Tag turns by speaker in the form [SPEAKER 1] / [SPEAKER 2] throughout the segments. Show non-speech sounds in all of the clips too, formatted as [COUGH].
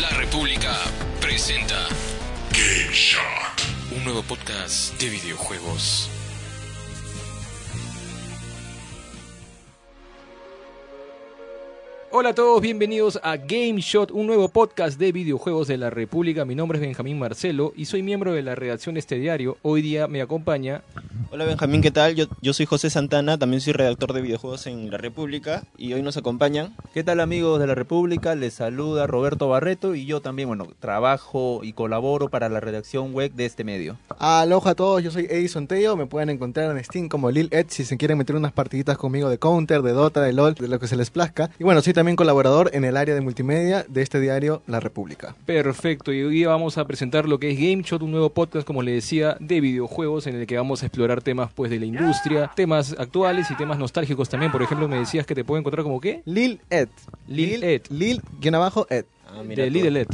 [SPEAKER 1] La República presenta Game Shot, un nuevo podcast de videojuegos.
[SPEAKER 2] Hola a todos, bienvenidos a Game Shot, un nuevo podcast de videojuegos de la República. Mi nombre es Benjamín Marcelo y soy miembro de la redacción de este diario. Hoy día me acompaña.
[SPEAKER 3] Hola Benjamín, ¿qué tal? Yo, yo soy José Santana, también soy redactor de videojuegos en La República y hoy nos acompañan.
[SPEAKER 4] ¿Qué tal amigos de la República? Les saluda Roberto Barreto y yo también, bueno, trabajo y colaboro para la redacción web de este medio.
[SPEAKER 5] Aloha a todos, yo soy Edison Teo, me pueden encontrar en Steam como Lil Ed si se quieren meter unas partiditas conmigo de Counter, de Dota, de LOL, de lo que se les plazca. Y bueno, soy también colaborador en el área de multimedia de este diario La República.
[SPEAKER 2] Perfecto, y hoy día vamos a presentar lo que es Game Shot, un nuevo podcast, como le decía, de videojuegos en el que vamos a explorar temas pues de la industria, temas actuales y temas nostálgicos también. Por ejemplo, me decías que te puedo encontrar como qué?
[SPEAKER 5] Lil Ed.
[SPEAKER 2] Lil Ed.
[SPEAKER 5] Lil, guión abajo, Ed.
[SPEAKER 3] Ah, mira
[SPEAKER 2] De
[SPEAKER 3] tú.
[SPEAKER 2] Little Ed,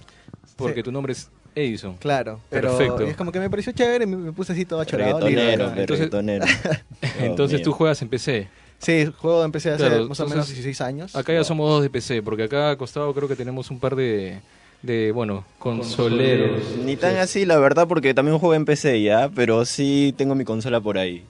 [SPEAKER 2] porque
[SPEAKER 5] Sí.
[SPEAKER 2] tu nombre es Edison.
[SPEAKER 5] Claro, pero
[SPEAKER 2] Perfecto.
[SPEAKER 5] y es como que me pareció chévere, me, me puse así todo achorado. Lil Ed.
[SPEAKER 3] Reggaetonero,
[SPEAKER 2] Entonces- [LAUGHS]
[SPEAKER 3] reggaetonero. Oh, Dios
[SPEAKER 2] Entonces
[SPEAKER 3] mío.
[SPEAKER 2] tú juegas en PC.
[SPEAKER 5] Sí, juego empecé hace
[SPEAKER 2] Claro,
[SPEAKER 5] más o
[SPEAKER 2] tú
[SPEAKER 5] menos
[SPEAKER 2] sabes-
[SPEAKER 5] 16 años.
[SPEAKER 2] Acá ya somos dos de PC, porque acá a costado creo que tenemos un par de, de bueno, consoleros.
[SPEAKER 3] Ni tan así, la verdad, porque también juego en PC ya, pero sí tengo mi consola por ahí.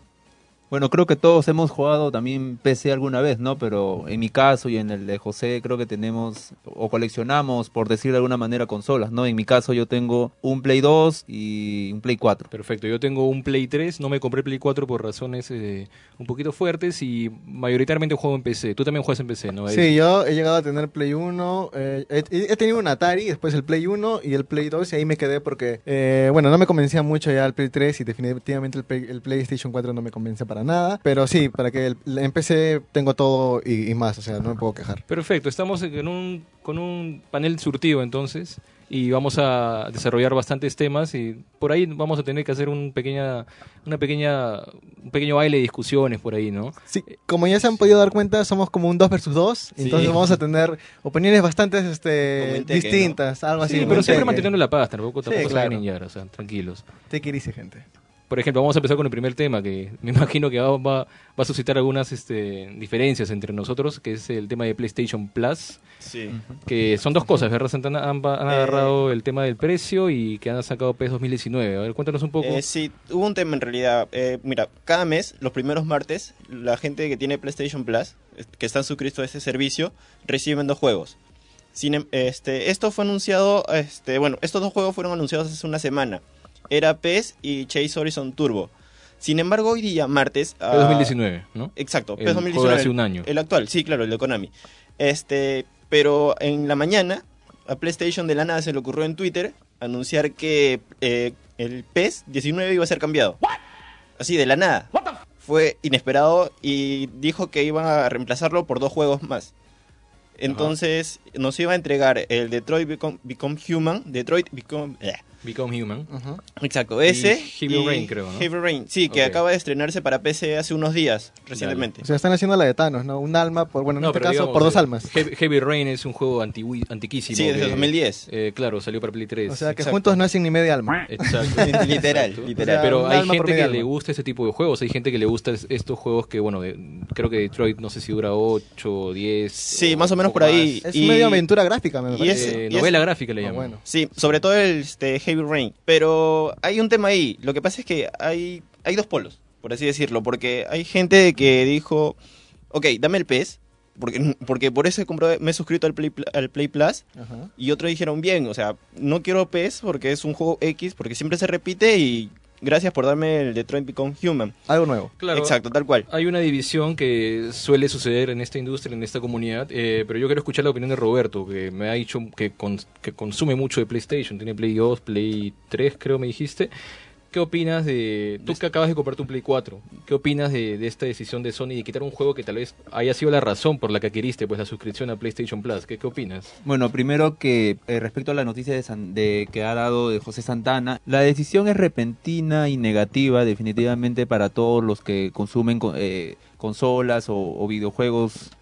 [SPEAKER 4] Bueno, creo que todos hemos jugado también PC alguna vez, ¿no? Pero en mi caso y en el de José, creo que tenemos o coleccionamos, por decir de alguna manera, consolas, ¿no? En mi caso yo tengo un Play 2 y un Play 4.
[SPEAKER 2] Perfecto, yo tengo un Play 3, no me compré Play 4 por razones eh, un poquito fuertes y mayoritariamente juego en PC. Tú también juegas en PC, ¿no?
[SPEAKER 5] Sí, yo he llegado a tener Play 1, eh, he, he tenido un Atari, después el Play 1 y el Play 2 y ahí me quedé porque, eh, bueno, no me convencía mucho ya el Play 3 y definitivamente el, Play- el PlayStation 4 no me convence para nada, pero sí, para que el, en PC tengo todo y, y más, o sea, no me puedo quejar.
[SPEAKER 2] Perfecto, estamos en un, con un panel surtido entonces y vamos a desarrollar bastantes temas y por ahí vamos a tener que hacer un pequeña, una pequeña, un pequeño baile de discusiones por ahí, ¿no?
[SPEAKER 5] Sí, como ya se han podido dar cuenta, somos como un 2 versus 2,
[SPEAKER 3] Sí.
[SPEAKER 5] entonces vamos a tener opiniones bastante
[SPEAKER 3] Como
[SPEAKER 5] este,
[SPEAKER 3] en Tekken,
[SPEAKER 5] distintas, algo así.
[SPEAKER 2] Sí,
[SPEAKER 5] como
[SPEAKER 2] pero
[SPEAKER 5] en
[SPEAKER 2] siempre
[SPEAKER 5] Tekken.
[SPEAKER 2] manteniendo la paz, tampoco,
[SPEAKER 5] Sí,
[SPEAKER 2] tampoco se vayan a
[SPEAKER 5] claro.
[SPEAKER 2] ñar, o sea, tranquilos.
[SPEAKER 5] Tekken dice gente.
[SPEAKER 2] Por ejemplo, vamos a empezar con el primer tema, que [LAUGHS] me imagino que va, va- va a suscitar algunas este, diferencias entre nosotros, que es el tema de PlayStation Plus,
[SPEAKER 3] Sí.
[SPEAKER 2] que son dos cosas, ¿verdad, Santana? Han, va- han
[SPEAKER 3] Eh.
[SPEAKER 2] agarrado el tema del precio y que han sacado PES 2019. A ver, cuéntanos un poco.
[SPEAKER 3] Eh, sí, hubo un tema en realidad. Eh, mira, cada mes, los primeros martes, la gente que tiene PlayStation Plus, eh, que están suscritos a este servicio, reciben dos juegos. Sin em- este, esto fue anunciado, este, bueno, estos dos juegos fueron anunciados hace una semana. Era PES y Chase Horizon Turbo. Sin embargo, hoy día, martes... ah,
[SPEAKER 2] PES 2019, ¿no?
[SPEAKER 3] Exacto,
[SPEAKER 2] El
[SPEAKER 3] PES
[SPEAKER 2] juego de
[SPEAKER 3] 2019.
[SPEAKER 2] hace un año.
[SPEAKER 3] El actual, sí, claro, el de Konami. Este, pero en la mañana, a PlayStation de la nada se le ocurrió en Twitter anunciar que eh, el PES 19 iba a ser cambiado. Así, de la nada. Fue inesperado y dijo que iban a reemplazarlo por dos juegos más. Entonces nos iba a entregar el Detroit Become, Become Human, Detroit Become... eh,
[SPEAKER 2] Become Human.
[SPEAKER 5] Ajá.
[SPEAKER 3] Exacto, ese.
[SPEAKER 2] Heavy Rain, creo, ¿no?
[SPEAKER 3] Heavy Rain, sí, que
[SPEAKER 2] Ok.
[SPEAKER 3] acaba de estrenarse para PC hace unos días, recientemente.
[SPEAKER 5] O sea, están haciendo la de Thanos, ¿no? Un alma, por, bueno, en este
[SPEAKER 2] pero
[SPEAKER 5] caso,
[SPEAKER 2] digamos,
[SPEAKER 5] por dos
[SPEAKER 2] eh,
[SPEAKER 5] almas.
[SPEAKER 2] Heavy, Heavy Rain es un juego antigui- antiquísimo.
[SPEAKER 3] Sí, desde
[SPEAKER 2] que,
[SPEAKER 3] 2010.
[SPEAKER 2] eh, claro, salió para Play 3.
[SPEAKER 5] O sea, que
[SPEAKER 3] Exacto.
[SPEAKER 5] juntos no hacen ni media alma.
[SPEAKER 2] Exacto.
[SPEAKER 3] [LAUGHS] Literal,
[SPEAKER 2] Exacto.
[SPEAKER 3] literal.
[SPEAKER 5] O sea,
[SPEAKER 2] Pero
[SPEAKER 5] un
[SPEAKER 2] hay
[SPEAKER 5] alma por
[SPEAKER 2] gente que
[SPEAKER 5] medio
[SPEAKER 2] le
[SPEAKER 5] alma.
[SPEAKER 2] gusta este tipo de juegos. Hay gente que le gusta es- estos juegos que, bueno, de- creo que Detroit no sé si dura 8, 10.
[SPEAKER 3] Sí, más o menos por ahí.
[SPEAKER 5] Es
[SPEAKER 3] Y-
[SPEAKER 5] medio aventura gráfica, me
[SPEAKER 3] y
[SPEAKER 5] parece.
[SPEAKER 3] ese-
[SPEAKER 2] Eh, novela gráfica le
[SPEAKER 5] Ah,
[SPEAKER 2] llaman.
[SPEAKER 5] bueno.
[SPEAKER 3] Sí, sobre todo el este, Heavy Rain. Pero hay un tema ahí. Lo que pasa es que hay, hay dos polos, por así decirlo. Porque hay gente que dijo, ok, dame el PES. Porque, porque por eso he comprado- me he suscrito al Play, Pl- al Play Plus.
[SPEAKER 5] Ajá.
[SPEAKER 3] Y otros dijeron, bien, o sea, no quiero PES porque es un juego X, porque siempre se repite. Y gracias por darme el Detroit Become Human.
[SPEAKER 5] Algo nuevo.
[SPEAKER 2] Claro.
[SPEAKER 3] Exacto, tal cual.
[SPEAKER 2] Hay una división que suele suceder en esta industria, en esta comunidad, eh, pero yo quiero escuchar la opinión de Roberto, que me ha dicho que, cons- que consume mucho de PlayStation, tiene Play 2, Play 3 creo me dijiste. ¿Qué opinas de... Tú que acabas de comprarte un Play 4, ¿qué opinas de, de esta decisión de Sony de quitar un juego que tal vez haya sido la razón por la que adquiriste pues, la suscripción a PlayStation Plus? ¿Qué, qué opinas?
[SPEAKER 4] Bueno, primero que eh, respecto a la noticia de, San- de que ha dado de José Santana, la decisión es repentina y negativa definitivamente para todos los que consumen co- eh, consolas o, o videojuegos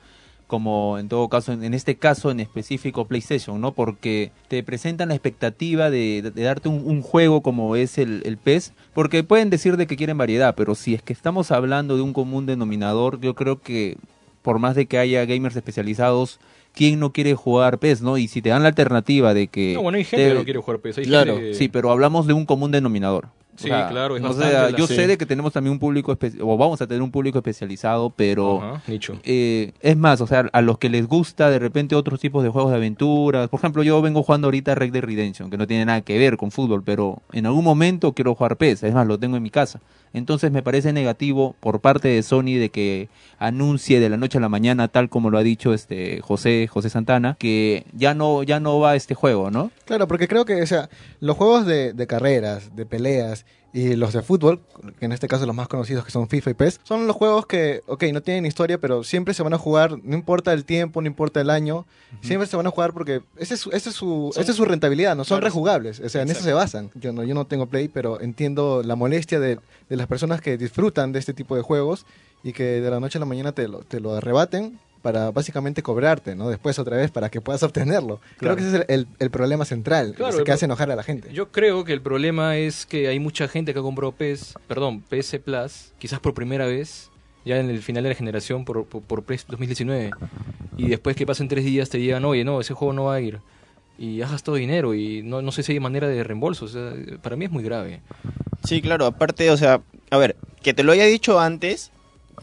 [SPEAKER 4] como en todo caso, en, en este caso en específico PlayStation, ¿no? Porque te presentan la expectativa de, de darte un, un juego como es el, el PES, porque pueden decir de que quieren variedad, pero si es que estamos hablando de un común denominador, yo creo que por más de que haya gamers especializados ¿quién no quiere jugar PES, no? Y si te dan la alternativa de que...
[SPEAKER 2] No, bueno, hay gente que
[SPEAKER 4] debe-
[SPEAKER 2] no quiere jugar PES. hay
[SPEAKER 6] Claro,
[SPEAKER 2] gente que-
[SPEAKER 4] Eh, Sí, pero hablamos de un común denominador.
[SPEAKER 2] Sí, claro, es
[SPEAKER 4] no sé,
[SPEAKER 2] bastante la-
[SPEAKER 4] yo
[SPEAKER 2] sí.
[SPEAKER 4] sé de que tenemos también un público, espe- o vamos a tener un público especializado, pero...
[SPEAKER 2] Ajá, nicho.
[SPEAKER 4] Eh, es más, o sea, a los que les gusta de repente otros tipos de juegos de aventuras. Por ejemplo, yo vengo jugando ahorita Red Dead Redemption, que no tiene nada que ver con fútbol, pero en algún momento quiero jugar PES. Es más, lo tengo en mi casa. Entonces me parece negativo por parte de Sony de que anuncie de la noche a la mañana, tal como lo ha dicho este José, José Santana, que ya no, ya no va este juego, ¿no?
[SPEAKER 5] Claro, porque creo que, o sea, los juegos de, de carreras, de peleas y los de fútbol, que en este caso los más conocidos que son FIFA y PES, son los juegos que, ok, no tienen historia, pero siempre se van a jugar, no importa el tiempo, no importa el año, siempre se van a jugar porque esa es su, esa es su,
[SPEAKER 3] Son-
[SPEAKER 5] esa es su rentabilidad, no son
[SPEAKER 3] Claro.
[SPEAKER 5] rejugables, o sea, en eso
[SPEAKER 3] Exacto.
[SPEAKER 5] se basan. Yo no, yo no tengo Play, pero entiendo la molestia de, de las personas que disfrutan de este tipo de juegos y que de la noche a la mañana te lo, te lo arrebaten para básicamente cobrarte, ¿no? Después otra vez para que puedas obtenerlo. Creo
[SPEAKER 2] Claro.
[SPEAKER 5] que ese es el, el- el problema central,
[SPEAKER 2] Claro,
[SPEAKER 5] ese que
[SPEAKER 2] el-
[SPEAKER 5] hace enojar a la gente.
[SPEAKER 2] Yo creo que el problema es que hay mucha gente que ha comprado PS, perdón, PS Plus, quizás por primera vez, ya en el final de la generación por, por, por PS 2019. Y después que pasen tres días te digan, oye, no, ese juego no va a ir. Y has gastado dinero y no, no sé si hay manera de reembolso. O sea, para mí es muy grave.
[SPEAKER 3] Sí, claro, aparte, o sea, a ver, que te lo haya dicho antes,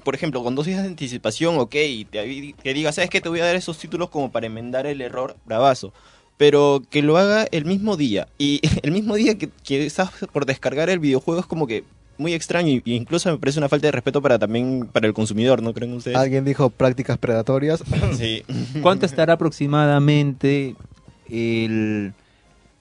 [SPEAKER 3] por ejemplo, con dos días de anticipación, ok, y te, avi- que diga, ¿sabes qué? Te voy a dar esos títulos como para enmendar el error, bravazo. Pero que lo haga el mismo día. Y [LAUGHS] el mismo día que, que estás por descargar el videojuego es como que muy extraño. Y y incluso me parece una falta de respeto para también para el consumidor, ¿no creen ustedes?
[SPEAKER 5] Alguien dijo prácticas predatorias.
[SPEAKER 3] [LAUGHS] Sí.
[SPEAKER 4] ¿Cuánto estará aproximadamente el,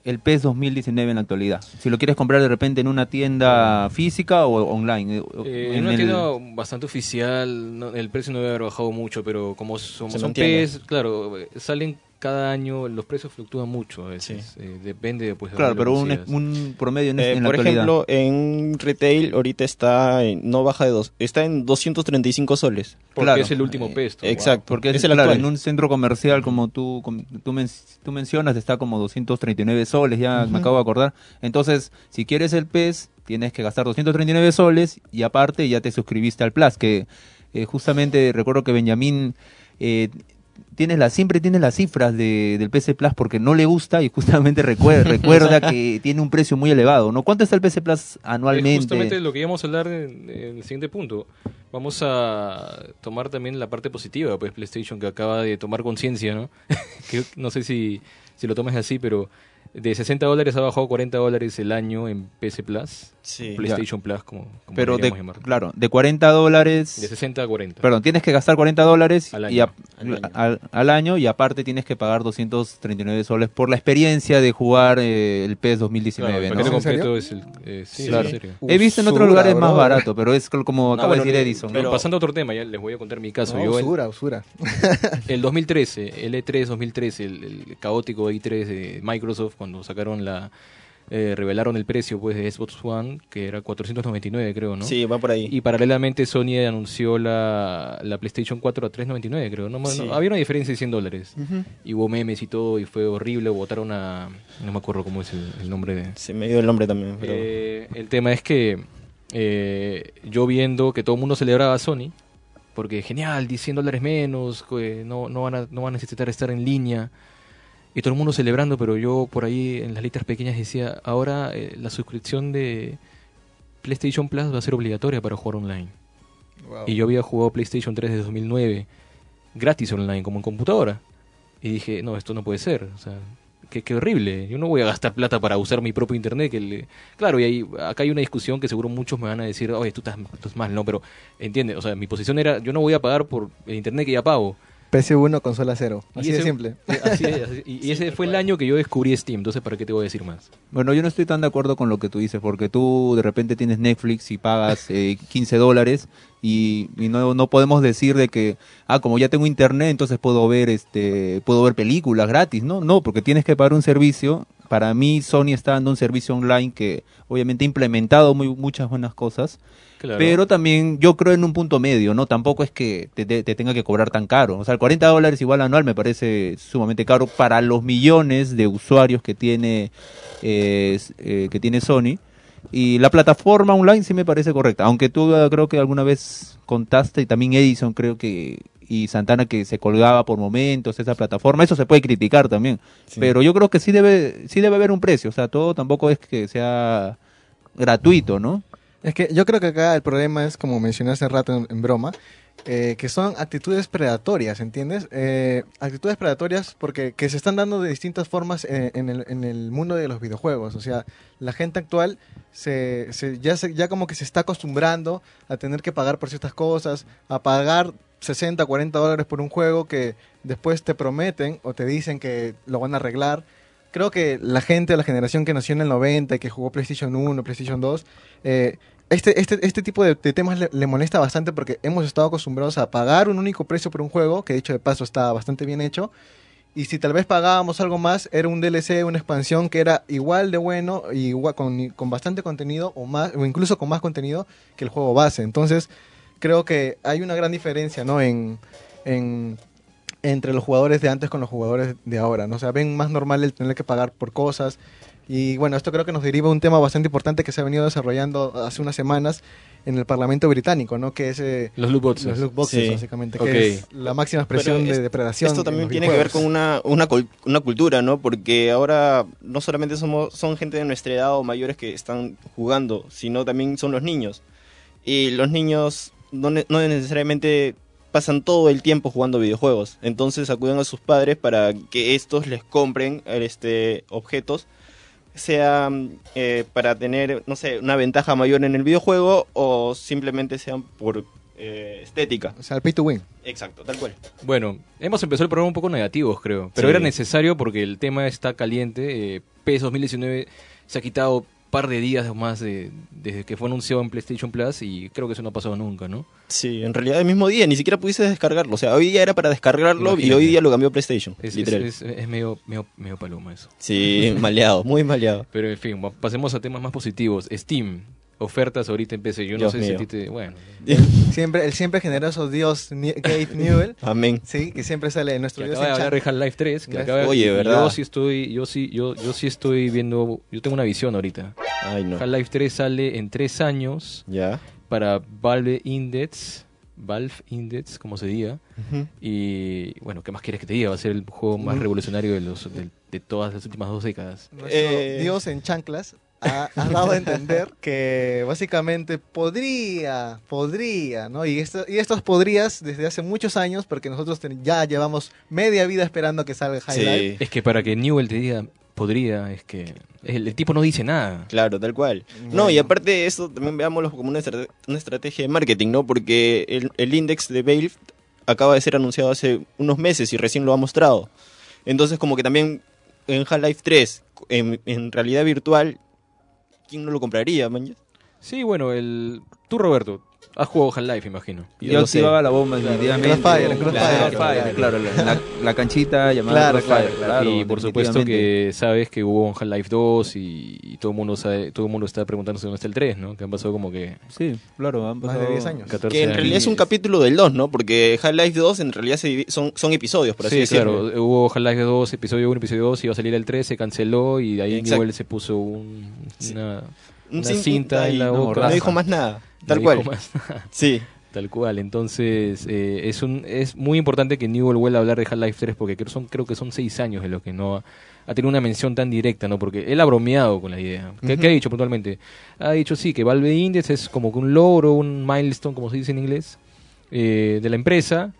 [SPEAKER 4] el PES 2019 en la actualidad? Si lo quieres comprar de repente en una tienda física o online. eh, o-
[SPEAKER 2] Eh,
[SPEAKER 4] en
[SPEAKER 2] en una
[SPEAKER 4] el-
[SPEAKER 2] tienda bastante oficial, no- el precio no debe haber bajado mucho, pero como son,
[SPEAKER 3] Se
[SPEAKER 2] son
[SPEAKER 3] mantiene.
[SPEAKER 2] PS, claro, eh, salen cada año, los precios fluctúan mucho a veces. Eh, depende pues, de
[SPEAKER 4] Claro,
[SPEAKER 2] dónde
[SPEAKER 4] pero
[SPEAKER 2] lo
[SPEAKER 4] un,
[SPEAKER 2] consigas.
[SPEAKER 4] un promedio [LAUGHS] en,
[SPEAKER 3] Eh,
[SPEAKER 4] en la
[SPEAKER 3] por
[SPEAKER 4] actualidad.
[SPEAKER 3] ejemplo, en retail ahorita está, en- no baja de dos, está en 235 soles.
[SPEAKER 2] Porque
[SPEAKER 4] claro.
[SPEAKER 2] es el último
[SPEAKER 4] Eh,
[SPEAKER 2] PES. ¿no?
[SPEAKER 3] Exacto,
[SPEAKER 4] porque es,
[SPEAKER 3] el
[SPEAKER 4] claro,
[SPEAKER 3] actual.
[SPEAKER 4] en un centro comercial como tú, com- tú, men- tú mencionas, está como 239 soles, ya me acabo de acordar. Entonces, si quieres el PES, tienes que gastar 239 soles y aparte ya te suscribiste al Plus, que eh, justamente recuerdo que Benjamín... eh, Tienes la, siempre tienes las cifras de- del PC Plus porque no le gusta y justamente [LAUGHS] recuer- recuerda que tiene un precio muy elevado, ¿no? ¿Cuánto está el PC Plus anualmente?
[SPEAKER 2] Es Eh, justamente lo que íbamos a hablar en, en el siguiente punto. Vamos a tomar también la parte positiva, pues PlayStation que acaba de tomar conciencia, ¿no? [LAUGHS] que, no sé si, si lo tomas así, pero de 60 dólares ha bajado a 40 dólares el año en PC Plus,
[SPEAKER 3] Sí.
[SPEAKER 2] PlayStation Plus, como, como
[SPEAKER 4] Pero de,
[SPEAKER 2] deberíamos llamarlo.
[SPEAKER 4] claro, de 40 dólares...
[SPEAKER 2] De 60 a 40.
[SPEAKER 4] Perdón, tienes que gastar 40 dólares
[SPEAKER 2] Al
[SPEAKER 4] y
[SPEAKER 2] año.
[SPEAKER 4] a- al- al año y aparte tienes que pagar 239 soles por la experiencia de jugar eh, el PES
[SPEAKER 2] Claro,
[SPEAKER 4] 2019.
[SPEAKER 2] el
[SPEAKER 4] ¿no?
[SPEAKER 2] paquete
[SPEAKER 5] ¿En serio?
[SPEAKER 2] completo es el... eh, sí,
[SPEAKER 3] Claro.
[SPEAKER 2] en serio.
[SPEAKER 4] He visto en otros
[SPEAKER 5] Usura,
[SPEAKER 4] lugares más
[SPEAKER 5] bro. [LAUGHS]
[SPEAKER 4] barato, pero es col- como acaba de
[SPEAKER 3] bueno,
[SPEAKER 4] decir
[SPEAKER 3] ni-
[SPEAKER 4] Edison.
[SPEAKER 3] pero-
[SPEAKER 4] ¿no?
[SPEAKER 2] Pasando a otro tema, ya les voy a contar mi caso.
[SPEAKER 5] No,
[SPEAKER 2] Yo en-
[SPEAKER 5] usura, usura. [LAUGHS]
[SPEAKER 2] El 2013, el E E3 2013, el, el caótico E3 de Microsoft, cuando sacaron la. eh, revelaron el precio pues de Xbox One, que era 499, creo, ¿no?
[SPEAKER 3] Sí, va por ahí.
[SPEAKER 2] Y paralelamente Sony anunció la, la PlayStation 4 a 399, creo. No, más-
[SPEAKER 3] Sí.
[SPEAKER 2] no, había una diferencia de 100 dólares. Y hubo memes y todo, y fue horrible. Votaron a. No me acuerdo cómo es el, el nombre de.
[SPEAKER 3] Se me dio el nombre también. Pero...
[SPEAKER 2] Eh, el tema es que eh, yo viendo que todo el mundo celebraba a Sony, porque genial, 10 100 dólares menos, que no, no, van a, no van a necesitar estar en línea, y todo el mundo celebrando, pero yo por ahí en las letras pequeñas decía, ahora eh, la suscripción de PlayStation Plus va a ser obligatoria para jugar online. Y yo había jugado PlayStation 3 desde 2009, gratis online, como en computadora. Y dije, no, esto no puede ser. O sea, qué, qué horrible. Yo no voy a gastar plata para usar mi propio internet. Que le- Claro, y ahí, acá hay una discusión que seguro muchos me van a decir, oye, tú estás, tú estás mal, no, pero entiende, o sea, mi posición era, yo no voy a pagar por el internet que ya pago.
[SPEAKER 5] PC1, consola cero.
[SPEAKER 2] Y
[SPEAKER 5] Así de
[SPEAKER 2] ese- eh,
[SPEAKER 5] simple.
[SPEAKER 2] Así es, así- y, y ese fue el año que yo descubrí Steam, entonces, ¿para qué te voy a decir más?
[SPEAKER 4] Bueno, yo no estoy tan de acuerdo con lo que tú dices, porque tú de repente tienes Netflix y pagas eh, 15 dólares y, y no, no podemos decir de que, ah, como ya tengo internet, entonces puedo ver, este, puedo ver películas gratis, ¿no? No, porque tienes que pagar un servicio. Para mí, Sony está dando un servicio online que obviamente ha implementado muy, muchas buenas cosas,
[SPEAKER 2] Claro.
[SPEAKER 4] pero también yo creo en un punto medio, ¿no? Tampoco es que te, te- te tenga que cobrar tan caro. O sea, el 40 dólares igual anual me parece sumamente caro para los millones de usuarios que tiene, eh, s- eh, que tiene Sony. Y la plataforma online sí me parece correcta. Aunque tú eh, creo que alguna vez contaste, y también Edison creo que y Santana que se colgaba por momentos esa plataforma, eso se puede criticar también,
[SPEAKER 3] Sí.
[SPEAKER 4] pero yo creo que sí debe sí debe haber un precio, o sea, todo tampoco es que sea gratuito, ¿no?
[SPEAKER 5] Es que yo creo que acá el problema es, como mencioné hace rato en, en broma, eh, que son actitudes predatorias, ¿entiendes? Eh, actitudes predatorias porque que se están dando de distintas formas eh, en, el, en el mundo de los videojuegos. O sea, la gente actual se, se- ya, se- ya como que se está acostumbrando a tener que pagar por ciertas cosas, a pagar 60, 40 dólares por un juego que después te prometen o te dicen que lo van a arreglar. Creo que la gente, la generación que nació en el 90 y que jugó PlayStation 1, PlayStation 2, eh, este, este, este tipo de, de temas le, le molesta bastante porque hemos estado acostumbrados a pagar un único precio por un juego, que dicho de paso está bastante bien hecho. Y si tal vez pagábamos algo más, era un DLC, una expansión que era igual de bueno, y igua- con, con bastante contenido, o, más, o incluso con más contenido que el juego base. Entonces, creo que hay una gran diferencia ¿no? en, en- entre los jugadores de antes con los jugadores de ahora. ¿no? O sea, ven más normal el tener que pagar por cosas, y bueno, esto creo que nos deriva a un tema bastante importante que se ha venido desarrollando hace unas semanas en el Parlamento británico, ¿no? Que es eh,
[SPEAKER 2] Los loot boxes.
[SPEAKER 5] los loot boxes,
[SPEAKER 3] Sí.
[SPEAKER 5] básicamente,
[SPEAKER 2] Ok.
[SPEAKER 5] que es la máxima expresión
[SPEAKER 3] Pero es-
[SPEAKER 5] de depredación.
[SPEAKER 3] Esto
[SPEAKER 5] en
[SPEAKER 3] también
[SPEAKER 5] los
[SPEAKER 3] tiene que ver con
[SPEAKER 5] videojuegos.
[SPEAKER 3] una, una, cul- una cultura, ¿no? Porque ahora no solamente somos, son gente de nuestra edad o mayores que están jugando, sino también son los niños. Y los niños no, ne- no necesariamente pasan todo el tiempo jugando videojuegos. Entonces acuden a sus padres para que estos les compren este, objetos, sea eh, para tener, no sé, una ventaja mayor en el videojuego o simplemente sean por eh, estética.
[SPEAKER 5] O sea, el pay to win.
[SPEAKER 3] Exacto, tal cual.
[SPEAKER 2] Bueno, hemos empezado el programa un poco negativos, creo. Pero
[SPEAKER 3] Sí.
[SPEAKER 2] era necesario porque el tema está caliente. Eh, PES 2019 se ha quitado un par de días o más de- desde que fue anunciado en PlayStation Plus y creo que eso no ha pasado nunca, ¿no?
[SPEAKER 3] Sí, en realidad el mismo día, ni siquiera pudiste descargarlo. O sea, hoy día era para descargarlo y
[SPEAKER 2] Imagínate.
[SPEAKER 3] hoy día lo cambió PlayStation.
[SPEAKER 2] Es, es,
[SPEAKER 3] literal.
[SPEAKER 2] es- es medio, medio, medio paloma eso.
[SPEAKER 3] Sí, maleado,
[SPEAKER 2] [LAUGHS]
[SPEAKER 3] muy maleado.
[SPEAKER 2] Pero en fin, va- pasemos a temas más positivos. Steam, ofertas ahorita en PC. Yo no
[SPEAKER 3] Dios
[SPEAKER 2] sé si
[SPEAKER 3] mío.
[SPEAKER 2] a ti te- Bueno,
[SPEAKER 5] Siempre, el siempre generoso Dios Ni- Gabe [LAUGHS] Newell,
[SPEAKER 3] Amén.
[SPEAKER 5] sí, que siempre sale en nuestro
[SPEAKER 2] que
[SPEAKER 5] Dios
[SPEAKER 2] acaba de hablar de
[SPEAKER 5] en chat.
[SPEAKER 2] Half-Life 3. Que
[SPEAKER 5] Gracias.
[SPEAKER 2] acaba,
[SPEAKER 3] Oye,
[SPEAKER 2] y Yo
[SPEAKER 3] ¿verdad?
[SPEAKER 2] sí estoy, yo sí, yo, yo sí estoy viendo, yo tengo una visión ahorita.
[SPEAKER 3] Ay, no.
[SPEAKER 2] Half-Life 3 sale en tres años.
[SPEAKER 3] Ya.
[SPEAKER 2] para Valve Index, Valve Index, como se diga. Y bueno, ¿qué más quieres que te diga? Va a ser el juego más revolucionario de, los, de, de todas las últimas dos décadas.
[SPEAKER 5] Nuestro
[SPEAKER 3] Eh.
[SPEAKER 5] Dios en chanclas ha, ha dado a entender que básicamente podría, podría, ¿no? Y, esto- y estos podrías desde hace muchos años, porque nosotros ten- ya llevamos media vida esperando que salga High Life.
[SPEAKER 3] Sí,
[SPEAKER 2] Es que para que Newell te diga, podría, es que el, el tipo no dice nada.
[SPEAKER 3] claro, tal cual. No,
[SPEAKER 5] Bueno.
[SPEAKER 3] y aparte de eso, también veámoslo como una, estrate- una estrategia de marketing, ¿no? Porque el, el index de Valve acaba de ser anunciado hace unos meses y recién lo ha mostrado. Entonces, como que también en Half-Life 3, en, en realidad virtual, ¿quién no lo compraría, man?
[SPEAKER 2] Sí, bueno, el tú, Roberto, has jugado Half-Life, imagino.
[SPEAKER 4] Yo,
[SPEAKER 3] lo sé.
[SPEAKER 4] activaba la bomba definitivamente.
[SPEAKER 5] Crossfire, Crossfire,
[SPEAKER 4] Claro,
[SPEAKER 5] Crossfire.
[SPEAKER 4] claro, la, la- la canchita llamada
[SPEAKER 5] Claro,
[SPEAKER 4] Crossfire,
[SPEAKER 5] claro,
[SPEAKER 4] claro,
[SPEAKER 2] y por supuesto
[SPEAKER 4] definitivamente.
[SPEAKER 2] que sabes que hubo un Half-Life 2 y, y todo el mundo sabe, todo el mundo está preguntándose dónde está el 3, ¿no? Que han pasado como que
[SPEAKER 4] Sí, claro, han
[SPEAKER 5] Más de
[SPEAKER 4] pasado-
[SPEAKER 5] 10 años.
[SPEAKER 2] 14
[SPEAKER 3] Que en
[SPEAKER 2] años.
[SPEAKER 3] realidad es un capítulo del 2, ¿no? Porque Half-Life 2 en realidad se divi- son, son episodios, por así
[SPEAKER 2] sí,
[SPEAKER 3] decirlo.
[SPEAKER 2] claro. Hubo Half-Life 2, episodio 1, episodio 2, iba a salir el 3, se canceló y de ahí
[SPEAKER 3] Exacto.
[SPEAKER 2] Newell se puso un-
[SPEAKER 3] Sí.
[SPEAKER 2] una,
[SPEAKER 3] Un
[SPEAKER 2] una cinta en la
[SPEAKER 3] y no,
[SPEAKER 2] boca.
[SPEAKER 3] no dijo más nada.
[SPEAKER 2] no
[SPEAKER 3] Tal
[SPEAKER 2] dijo
[SPEAKER 3] cual.
[SPEAKER 2] más. [LAUGHS]
[SPEAKER 3] Sí,
[SPEAKER 2] Tal cual. Entonces, eh, es un es muy importante que Newell vuelva a hablar de Half-Life 3 porque creo, son, creo que son 6 años de lo que no ha, ha tenido una mención tan directa, ¿no? Porque él ha bromeado con la idea. ¿Qué, qué ha dicho puntualmente? Ha dicho, sí, que Valve Index es como que un logro, un milestone, como se dice en inglés, eh, de la empresa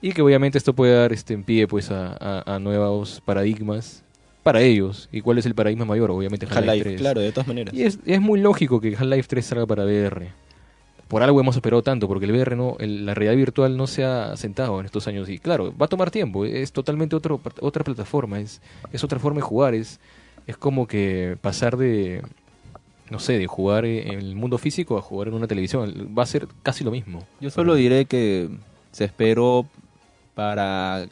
[SPEAKER 2] y que obviamente esto puede dar este en pie pues a, a- a nuevos paradigmas para ellos. ¿Y cuál es el paradigma mayor? Obviamente Half-Life
[SPEAKER 3] Half-Life,
[SPEAKER 2] 3.
[SPEAKER 3] claro, de todas maneras.
[SPEAKER 2] Y es, es muy lógico que Half-Life 3 salga para VR. Por algo hemos esperado tanto, porque el VR no, el- la realidad virtual no se ha sentado en estos años. Y claro, va a tomar tiempo, es totalmente otro, otra plataforma, es, es otra forma de jugar, es, es como que pasar de, no sé, de jugar eh, en el mundo físico a jugar en una televisión. Va a ser casi lo mismo.
[SPEAKER 4] Yo solo diré que se esperó para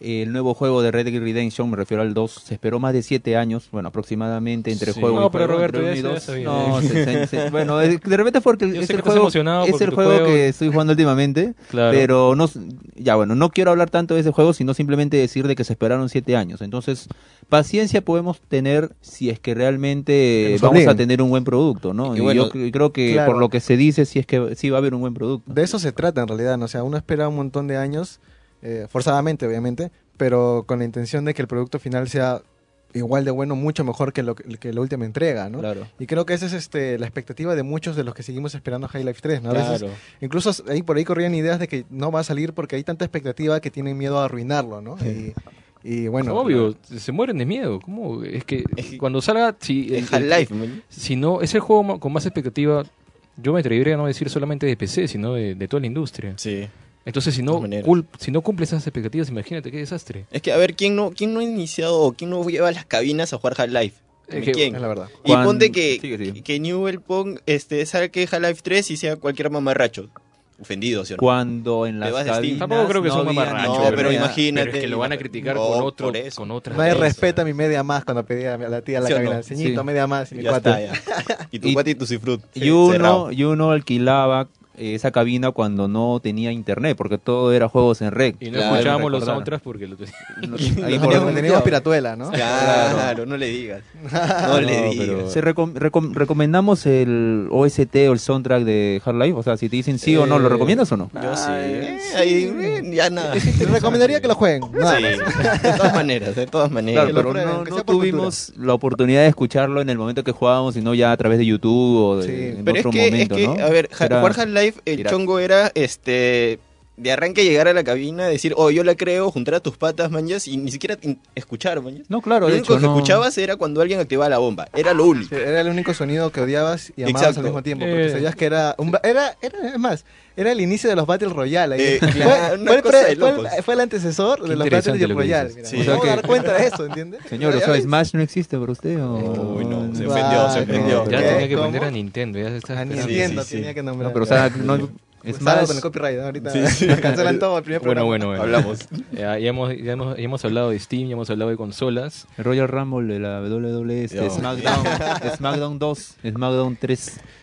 [SPEAKER 4] el nuevo juego de Red Dead Redemption, me refiero al 2, se esperó más de 7 años, bueno, aproximadamente entre
[SPEAKER 2] Sí.
[SPEAKER 4] juego
[SPEAKER 2] No,
[SPEAKER 4] y
[SPEAKER 2] pero
[SPEAKER 4] juego,
[SPEAKER 2] Roberto,
[SPEAKER 4] entre uno
[SPEAKER 2] ya
[SPEAKER 4] y
[SPEAKER 2] se-
[SPEAKER 4] dos.
[SPEAKER 2] ya sabía.
[SPEAKER 4] No, se- se-
[SPEAKER 2] [LAUGHS]
[SPEAKER 4] se- bueno, es- de repente porque
[SPEAKER 2] Yo
[SPEAKER 4] es
[SPEAKER 2] sé que
[SPEAKER 4] el
[SPEAKER 2] estás
[SPEAKER 4] juego,
[SPEAKER 2] emocionado
[SPEAKER 4] es
[SPEAKER 2] por
[SPEAKER 4] el
[SPEAKER 2] tu
[SPEAKER 4] juego,
[SPEAKER 2] juego.
[SPEAKER 4] que estoy jugando últimamente,
[SPEAKER 2] Claro.
[SPEAKER 4] pero no, s- ya bueno, no quiero hablar tanto de ese juego, sino simplemente decir de que se esperaron 7 años. Entonces, paciencia podemos tener si es que
[SPEAKER 5] Que
[SPEAKER 4] realmente
[SPEAKER 5] nos
[SPEAKER 4] vamos a
[SPEAKER 5] obliguen.
[SPEAKER 4] tener un buen producto, ¿no?
[SPEAKER 3] Y
[SPEAKER 4] Y
[SPEAKER 3] bueno,
[SPEAKER 4] yo cre- creo que
[SPEAKER 5] claro.
[SPEAKER 4] por lo que se dice, si es que sí va a haber un buen producto.
[SPEAKER 5] De eso se trata en realidad, ¿no? o sea, uno espera un montón de años, eh, forzadamente obviamente, pero con la intención de que el producto final sea igual de bueno, mucho mejor que, lo, que la última entrega, ¿no?
[SPEAKER 4] Claro.
[SPEAKER 5] Y creo que esa es este, la expectativa de muchos de los que seguimos esperando High Life 3, ¿no? A veces,
[SPEAKER 2] Claro.
[SPEAKER 5] incluso ahí por ahí corrían ideas de que no va a salir porque hay tanta expectativa que tienen miedo a arruinarlo, ¿no? Y, y bueno,
[SPEAKER 2] Obvio, se mueren de miedo. ¿Cómo? Es que
[SPEAKER 3] Es que-
[SPEAKER 2] cuando salga, si, el-
[SPEAKER 3] Es
[SPEAKER 2] el-
[SPEAKER 3] Half-Life, man.
[SPEAKER 2] si no, es el juego ma- con más expectativa. Yo me atrevería a no decir solamente de PC, sino de, de toda la industria.
[SPEAKER 3] Sí.
[SPEAKER 2] Entonces, si
[SPEAKER 3] De
[SPEAKER 2] no,
[SPEAKER 3] todas maneras.
[SPEAKER 2] cul- si no cumple esas expectativas, imagínate qué desastre.
[SPEAKER 3] Es que, a ver, ¿quién no, quién no ha iniciado o quién no lleva a las cabinas a jugar Half-Life?
[SPEAKER 2] Es que-
[SPEAKER 5] es
[SPEAKER 3] ¿Quién?
[SPEAKER 5] la verdad.
[SPEAKER 3] Y
[SPEAKER 4] Juan-
[SPEAKER 3] ponte que,
[SPEAKER 4] sigue, sigue.
[SPEAKER 3] que Newell Pong este, saque Half-Life 3 y sea cualquier mamarracho. Ofendido, ¿sí o no?
[SPEAKER 4] Cuando en
[SPEAKER 3] Te
[SPEAKER 4] las
[SPEAKER 3] vas de Steam.
[SPEAKER 4] cabinas
[SPEAKER 2] Tampoco creo que
[SPEAKER 4] no
[SPEAKER 2] sea un
[SPEAKER 4] había
[SPEAKER 2] mamarracho,
[SPEAKER 3] No,
[SPEAKER 4] nada.
[SPEAKER 3] pero imagínate.
[SPEAKER 2] Pero es que lo van a criticar
[SPEAKER 3] No,
[SPEAKER 2] con otro,
[SPEAKER 3] por eso.
[SPEAKER 2] con otra.
[SPEAKER 5] Nadie
[SPEAKER 3] Eso.
[SPEAKER 5] respeta mi media más cuando pedía a la tía de la
[SPEAKER 3] ¿Sí o
[SPEAKER 5] cabina.
[SPEAKER 3] no?
[SPEAKER 5] Ceñito,
[SPEAKER 4] Sí.
[SPEAKER 5] media más y mi
[SPEAKER 3] Ya
[SPEAKER 5] cuata.
[SPEAKER 3] está, ya. [LAUGHS] Y tu
[SPEAKER 4] Y-
[SPEAKER 3] cuate y tu cifrut. [LAUGHS]
[SPEAKER 4] Y uno, y uno alquilaba eh, esa cabina cuando no tenía internet, porque todo era juegos en red.
[SPEAKER 2] Y no
[SPEAKER 3] Claro,
[SPEAKER 2] escuchábamos los
[SPEAKER 4] recordar.
[SPEAKER 2] soundtracks porque lo teníamos.
[SPEAKER 4] Ahí
[SPEAKER 5] Ahí
[SPEAKER 4] por-
[SPEAKER 5] teníamos, teníamos piratuela, ¿no?
[SPEAKER 3] Claro, no le
[SPEAKER 4] [LAUGHS]
[SPEAKER 3] digas. Ah, No le
[SPEAKER 4] No,
[SPEAKER 3] digas.
[SPEAKER 4] pero- Se recom- recom- ¿Recomendamos el OST o el soundtrack de Hard Life? O sea, si te dicen sí o no, ¿lo
[SPEAKER 3] Eh,
[SPEAKER 4] recomiendas o no?
[SPEAKER 3] Yo sí.
[SPEAKER 5] Ay,
[SPEAKER 3] Eh, ahí, eh, ya nada. Sí. [LAUGHS]
[SPEAKER 5] Les recomendaría que lo jueguen. nada más.
[SPEAKER 3] De todas maneras, de todas maneras.
[SPEAKER 4] Claro,
[SPEAKER 5] que lo
[SPEAKER 4] pero
[SPEAKER 5] prueben,
[SPEAKER 4] no,
[SPEAKER 5] que
[SPEAKER 4] no
[SPEAKER 5] sea por
[SPEAKER 4] tuvimos la oportunidad de escucharlo en el momento que jugábamos, sino ya a través de YouTube o de,
[SPEAKER 5] Sí.
[SPEAKER 4] en
[SPEAKER 3] Pero es
[SPEAKER 4] otro
[SPEAKER 3] que,
[SPEAKER 4] momento,
[SPEAKER 3] es que
[SPEAKER 4] ¿no?
[SPEAKER 3] a ver, ha-
[SPEAKER 4] Era-
[SPEAKER 3] jugar Half-Life, el
[SPEAKER 4] Pirata.
[SPEAKER 3] chongo era este de arranque llegar a la cabina, decir, oh, yo la creo, juntar a tus patas, manjas, y ni siquiera in- escuchar, manjas.
[SPEAKER 4] No, claro,
[SPEAKER 3] Lo
[SPEAKER 4] de
[SPEAKER 3] único
[SPEAKER 4] hecho,
[SPEAKER 3] que
[SPEAKER 4] no. Ah,
[SPEAKER 3] escuchabas era cuando alguien activaba la bomba. Era lo único.
[SPEAKER 5] Sí, Era el único sonido que odiabas y amabas
[SPEAKER 3] Exacto.
[SPEAKER 5] al mismo tiempo. Porque
[SPEAKER 2] Eh.
[SPEAKER 5] sabías que era, un ba- era, era. Es más, era el inicio de los Battle Royale. ahí.
[SPEAKER 3] Eh,
[SPEAKER 5] fue,
[SPEAKER 3] claro, una
[SPEAKER 5] fue el
[SPEAKER 3] cosa
[SPEAKER 5] pre-
[SPEAKER 3] de
[SPEAKER 5] fue el-
[SPEAKER 3] locos.
[SPEAKER 5] fue el antecesor de los
[SPEAKER 2] interesante lo
[SPEAKER 5] Battle
[SPEAKER 2] que
[SPEAKER 5] Royale.
[SPEAKER 2] dices.
[SPEAKER 5] mira.
[SPEAKER 3] Sí.
[SPEAKER 5] Nos
[SPEAKER 3] O sea
[SPEAKER 5] vamos a
[SPEAKER 4] que-
[SPEAKER 5] dar cuenta de eso, ¿entiendes?
[SPEAKER 2] [LAUGHS]
[SPEAKER 4] Señor, o sea, Smash no existe para usted. o-
[SPEAKER 3] Uy, no, se
[SPEAKER 5] No,
[SPEAKER 3] ofendió, se
[SPEAKER 5] no,
[SPEAKER 3] ofendió.
[SPEAKER 5] no,
[SPEAKER 2] Ya
[SPEAKER 5] ¿Qué?
[SPEAKER 2] tenía que
[SPEAKER 5] ¿Cómo?
[SPEAKER 2] vender a Nintendo. Ya se estaba
[SPEAKER 5] Ah, ni
[SPEAKER 2] esperando.
[SPEAKER 5] entiendo,
[SPEAKER 3] sí, sí.
[SPEAKER 5] tenía que
[SPEAKER 4] No,
[SPEAKER 5] nombrar.
[SPEAKER 4] pero o sea, no...
[SPEAKER 5] Pues
[SPEAKER 4] Smash-
[SPEAKER 5] estaba con el copyright ahorita.
[SPEAKER 3] Sí, sí.
[SPEAKER 5] Nos cancelan todo el primer
[SPEAKER 2] Bueno,
[SPEAKER 5] programa.
[SPEAKER 2] bueno, bueno.
[SPEAKER 3] Hablamos.
[SPEAKER 2] [LAUGHS] Ya, ya hemos, ya, hemos, ya hemos hablado de Steam, ya hemos hablado de consolas.
[SPEAKER 4] El Royal Rumble de la WWE, este,
[SPEAKER 3] Yo. [LAUGHS]
[SPEAKER 4] SmackDown, SmackDown 2, SmackDown 3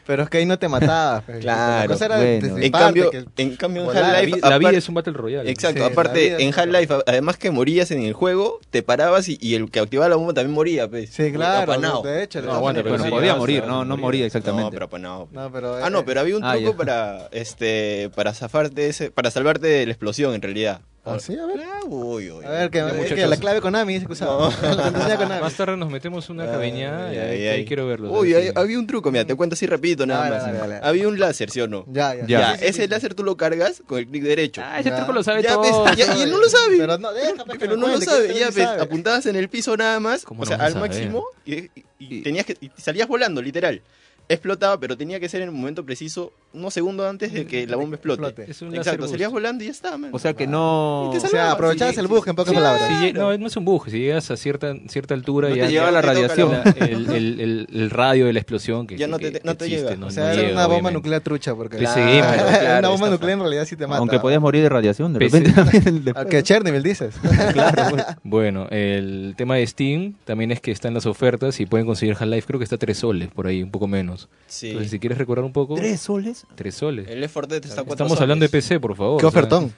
[SPEAKER 5] Pero es que ahí no te matabas. pues.
[SPEAKER 3] Claro.
[SPEAKER 5] La cosa era
[SPEAKER 4] Bueno.
[SPEAKER 5] desde
[SPEAKER 3] En
[SPEAKER 5] parte
[SPEAKER 3] cambio,
[SPEAKER 5] que-
[SPEAKER 3] en cambio, en
[SPEAKER 5] Volar.
[SPEAKER 2] La,
[SPEAKER 3] Half-Life.
[SPEAKER 2] vi- la vida
[SPEAKER 3] aparte-
[SPEAKER 2] es un Battle Royale.
[SPEAKER 3] Exacto,
[SPEAKER 5] Sí, la vida
[SPEAKER 3] aparte
[SPEAKER 5] es
[SPEAKER 3] en
[SPEAKER 5] un-
[SPEAKER 3] Half-Life, a- además que morías en el juego, te parabas y, y el que activaba la bomba también moría, pues.
[SPEAKER 5] Sí, claro.
[SPEAKER 3] Apanao.
[SPEAKER 5] De hecho, de
[SPEAKER 2] No,
[SPEAKER 5] todas
[SPEAKER 2] aguanta,
[SPEAKER 5] maneras.
[SPEAKER 2] pero
[SPEAKER 4] Bueno,
[SPEAKER 2] sí,
[SPEAKER 4] podía
[SPEAKER 2] ah,
[SPEAKER 4] morir,
[SPEAKER 2] sí,
[SPEAKER 4] no, no
[SPEAKER 2] moría.
[SPEAKER 4] moría
[SPEAKER 3] No,
[SPEAKER 4] exactamente.
[SPEAKER 3] pero apanao.
[SPEAKER 5] No, pero, eh,
[SPEAKER 3] Ah, no, pero había un
[SPEAKER 4] Ah,
[SPEAKER 3] truco
[SPEAKER 4] ya.
[SPEAKER 3] para este para zafarte de ese, para salvarte de la explosión en realidad.
[SPEAKER 5] ¿Ah, sí? A ver.
[SPEAKER 3] Ah, uy, uy.
[SPEAKER 5] A ver, que,
[SPEAKER 3] Ya,
[SPEAKER 5] es que
[SPEAKER 3] muchachos.
[SPEAKER 5] la clave Konami es que usaba. [LAUGHS] La contraseña Konami.
[SPEAKER 2] Más tarde nos metemos una
[SPEAKER 3] Ay,
[SPEAKER 2] cabeñada y
[SPEAKER 3] ay,
[SPEAKER 2] ahí,
[SPEAKER 3] ay.
[SPEAKER 2] ahí quiero verlo.
[SPEAKER 3] Uy,
[SPEAKER 2] ¿sabes?
[SPEAKER 3] hay- había un truco, mira, te cuento así rapidito nada
[SPEAKER 5] Dale,
[SPEAKER 3] más.
[SPEAKER 5] dale, dale.
[SPEAKER 3] Había un láser, ¿sí o no?
[SPEAKER 5] Ya, ya.
[SPEAKER 4] Ya.
[SPEAKER 5] Sí,
[SPEAKER 3] Ya,
[SPEAKER 5] sí, sí,
[SPEAKER 3] ese
[SPEAKER 5] [LAUGHS] sí.
[SPEAKER 3] láser tú lo cargas con el clic derecho.
[SPEAKER 2] Ah, ese
[SPEAKER 5] Ya.
[SPEAKER 2] truco lo sabe
[SPEAKER 3] Ya,
[SPEAKER 2] todo.
[SPEAKER 3] ves, ya- y él no lo sabe.
[SPEAKER 5] Pero no, deja, pues, que
[SPEAKER 3] Pero
[SPEAKER 5] me
[SPEAKER 3] no lo
[SPEAKER 5] cuente, que
[SPEAKER 3] sabe,
[SPEAKER 5] este
[SPEAKER 3] ya
[SPEAKER 5] no
[SPEAKER 3] ves,
[SPEAKER 5] sabe.
[SPEAKER 3] apuntabas en el piso nada más,
[SPEAKER 2] ¿Cómo
[SPEAKER 3] o
[SPEAKER 2] no
[SPEAKER 3] sea,
[SPEAKER 2] vas a
[SPEAKER 3] al
[SPEAKER 2] saber?
[SPEAKER 3] máximo y, y- y tenías que y salías volando, literal. Explotaba, pero tenía que ser en el momento preciso, unos segundos antes de que la bomba explote.
[SPEAKER 5] Explote.
[SPEAKER 2] Es un láser
[SPEAKER 3] Exacto,
[SPEAKER 2] boost.
[SPEAKER 3] salías volando y ya está, man.
[SPEAKER 4] O sea que no...
[SPEAKER 3] Y te
[SPEAKER 5] O
[SPEAKER 3] sal-
[SPEAKER 5] sea, aprovechabas el bug, en pocas palabras.
[SPEAKER 2] Si lle- no, no es un bug. Si llegas a cierta, cierta altura,
[SPEAKER 4] No
[SPEAKER 2] ya
[SPEAKER 4] te llega
[SPEAKER 3] no
[SPEAKER 4] la
[SPEAKER 3] te toca
[SPEAKER 4] radiación.
[SPEAKER 2] la- [LAUGHS] el, el- el- el radio de la explosión que
[SPEAKER 3] Ya no te-
[SPEAKER 2] que- que
[SPEAKER 3] no te
[SPEAKER 2] existe,
[SPEAKER 3] llega.
[SPEAKER 2] no-
[SPEAKER 5] o
[SPEAKER 2] no
[SPEAKER 5] sea, era
[SPEAKER 2] llega,
[SPEAKER 5] una bomba
[SPEAKER 2] obviamente. [LAUGHS]
[SPEAKER 5] nuclear trucha, porque
[SPEAKER 2] PC
[SPEAKER 5] Claro,
[SPEAKER 2] Gamer.
[SPEAKER 5] [LAUGHS] una
[SPEAKER 3] Claro,
[SPEAKER 5] bomba
[SPEAKER 3] estafa.
[SPEAKER 5] nuclear en realidad sí te mata.
[SPEAKER 4] Aunque podías morir de radiación, de
[SPEAKER 2] PC.
[SPEAKER 4] repente [LAUGHS] también después.
[SPEAKER 5] Ah, Que
[SPEAKER 3] [LAUGHS]
[SPEAKER 5] Chernobyl dices.
[SPEAKER 2] pues. Bueno, el tema de Steam también es que están las ofertas y pueden conseguir Half-Life, creo que está a 3 soles, por ahí, un poco menos.
[SPEAKER 3] Sí.
[SPEAKER 2] Entonces, si quieres recordar un poco,
[SPEAKER 4] ¿Tres soles?
[SPEAKER 2] 3 soles.
[SPEAKER 3] El Left 4 Dead está a cuatro
[SPEAKER 2] Estamos hablando de
[SPEAKER 3] soles.
[SPEAKER 2] PC, por favor.
[SPEAKER 5] Qué
[SPEAKER 2] o sea,
[SPEAKER 5] ofertón.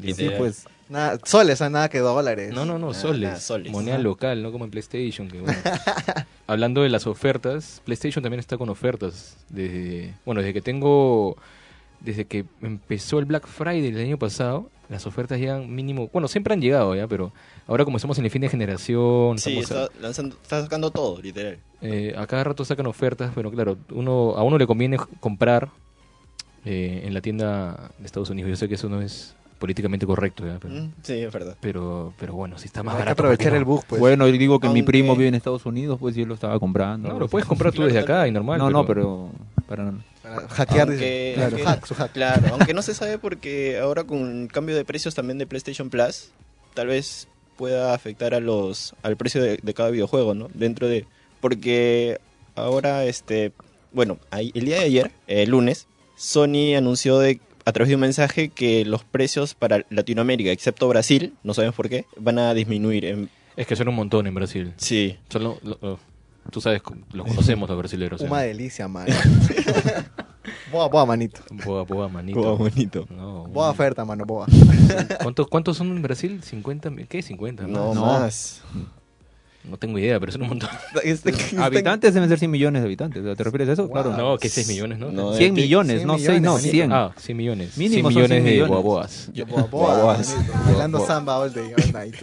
[SPEAKER 3] Sí,
[SPEAKER 4] Sí,
[SPEAKER 3] sí.
[SPEAKER 4] pues.
[SPEAKER 5] Nada, soles, ah, nada que dólares.
[SPEAKER 2] No, no, no,
[SPEAKER 3] Ah,
[SPEAKER 2] soles.
[SPEAKER 3] ah, soles.
[SPEAKER 2] Moneda
[SPEAKER 3] Ah.
[SPEAKER 2] local, no como en PlayStation. que bueno. [LAUGHS] Hablando de las ofertas, PlayStation también está con ofertas. Desde, bueno, desde que tengo. Desde que empezó el Black Friday del año pasado, las ofertas llegan mínimo. Bueno, siempre han llegado ya, pero ahora como estamos en el fin de generación,
[SPEAKER 3] Sí,
[SPEAKER 2] estamos
[SPEAKER 3] está, lanzando, está sacando todo, literal.
[SPEAKER 2] Eh, a cada rato sacan ofertas, pero claro, uno, a uno le conviene j- comprar eh, en la tienda de Estados Unidos. Yo sé que eso no es políticamente correcto, ¿ya? pero,
[SPEAKER 3] Mm, Sí, es verdad.
[SPEAKER 2] pero, pero bueno, si está más
[SPEAKER 5] Hay que
[SPEAKER 2] barato.
[SPEAKER 5] aprovechar
[SPEAKER 2] ¿por qué
[SPEAKER 5] el
[SPEAKER 2] no?
[SPEAKER 5] bug, pues.
[SPEAKER 4] bueno, yo digo que mi
[SPEAKER 3] aunque-
[SPEAKER 4] primo vive en Estados Unidos, pues yo lo estaba comprando.
[SPEAKER 2] No, lo puedes comprar tú desde acá y normal.
[SPEAKER 4] No, no, pero... Para...
[SPEAKER 5] Para hackear,
[SPEAKER 3] Aunque-
[SPEAKER 5] dices. Claro,
[SPEAKER 3] aunque-
[SPEAKER 5] hack, su hack.
[SPEAKER 3] Ah, Claro, aunque no se sabe porque ahora con el cambio de precios también de PlayStation Plus, tal vez pueda afectar a los al precio de, de cada videojuego, ¿no? Dentro de porque ahora este, bueno, ahí- el día de ayer, el lunes, Sony anunció de a través de un mensaje que los precios para Latinoamérica, excepto Brasil, no sabemos por qué, van a disminuir. en-
[SPEAKER 2] Es que son un montón en Brasil.
[SPEAKER 3] sí,
[SPEAKER 2] Son lo- lo- lo- tú sabes, los conocemos los brasileños.
[SPEAKER 5] Una delicia, man.
[SPEAKER 3] [LAUGHS]
[SPEAKER 5] boa, boa, manito.
[SPEAKER 2] Boa, boa, manito.
[SPEAKER 3] Boa, bonito.
[SPEAKER 2] No,
[SPEAKER 5] Boa
[SPEAKER 2] un-
[SPEAKER 5] oferta, mano, boa.
[SPEAKER 2] ¿Cuántos, ¿Cuántos son en Brasil? ¿50? mil? ¿Qué? ¿50? No,
[SPEAKER 3] no,
[SPEAKER 4] no.
[SPEAKER 3] más.
[SPEAKER 2] no tengo idea, pero son un montón.
[SPEAKER 3] Este- este-
[SPEAKER 5] [LAUGHS]
[SPEAKER 4] Habitantes deben ser 100 millones de habitantes. ¿Te refieres a eso?
[SPEAKER 5] Wow.
[SPEAKER 4] Claro.
[SPEAKER 2] No, que 6 millones, ¿no?
[SPEAKER 3] No,
[SPEAKER 4] 100
[SPEAKER 3] de-
[SPEAKER 4] millones,
[SPEAKER 5] 100
[SPEAKER 4] no 6, no,
[SPEAKER 5] millones,
[SPEAKER 4] 100.
[SPEAKER 2] Ah, 100 millones.
[SPEAKER 4] Mínimo
[SPEAKER 2] 100
[SPEAKER 4] son
[SPEAKER 2] millones
[SPEAKER 4] 100
[SPEAKER 2] de
[SPEAKER 4] millones.
[SPEAKER 2] guaboas.
[SPEAKER 5] Boa, boa,
[SPEAKER 3] Boas.
[SPEAKER 5] manito. Bailando samba all day, all night.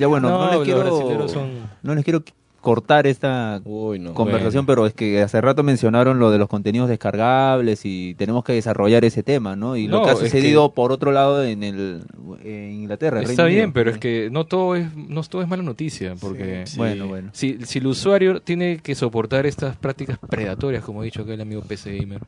[SPEAKER 4] Ya bueno, no, les
[SPEAKER 2] los
[SPEAKER 4] quiero
[SPEAKER 2] brasileros son...
[SPEAKER 4] no les quiero cortar esta
[SPEAKER 3] Uy, no.
[SPEAKER 4] conversación, pero es que hace rato mencionaron lo de los contenidos descargables y tenemos que desarrollar ese tema, ¿no? Y lo
[SPEAKER 2] No,
[SPEAKER 4] que ha
[SPEAKER 2] es que-
[SPEAKER 4] sucedido por otro lado en el en Inglaterra.
[SPEAKER 2] Está bien,
[SPEAKER 4] pero
[SPEAKER 2] pero es que no todo es, no todo es mala noticia, porque...
[SPEAKER 3] sí.
[SPEAKER 4] Bueno, bueno.
[SPEAKER 2] Si, si el usuario tiene que soportar estas prácticas predatorias, como ha dicho acá el amigo PC Gamer,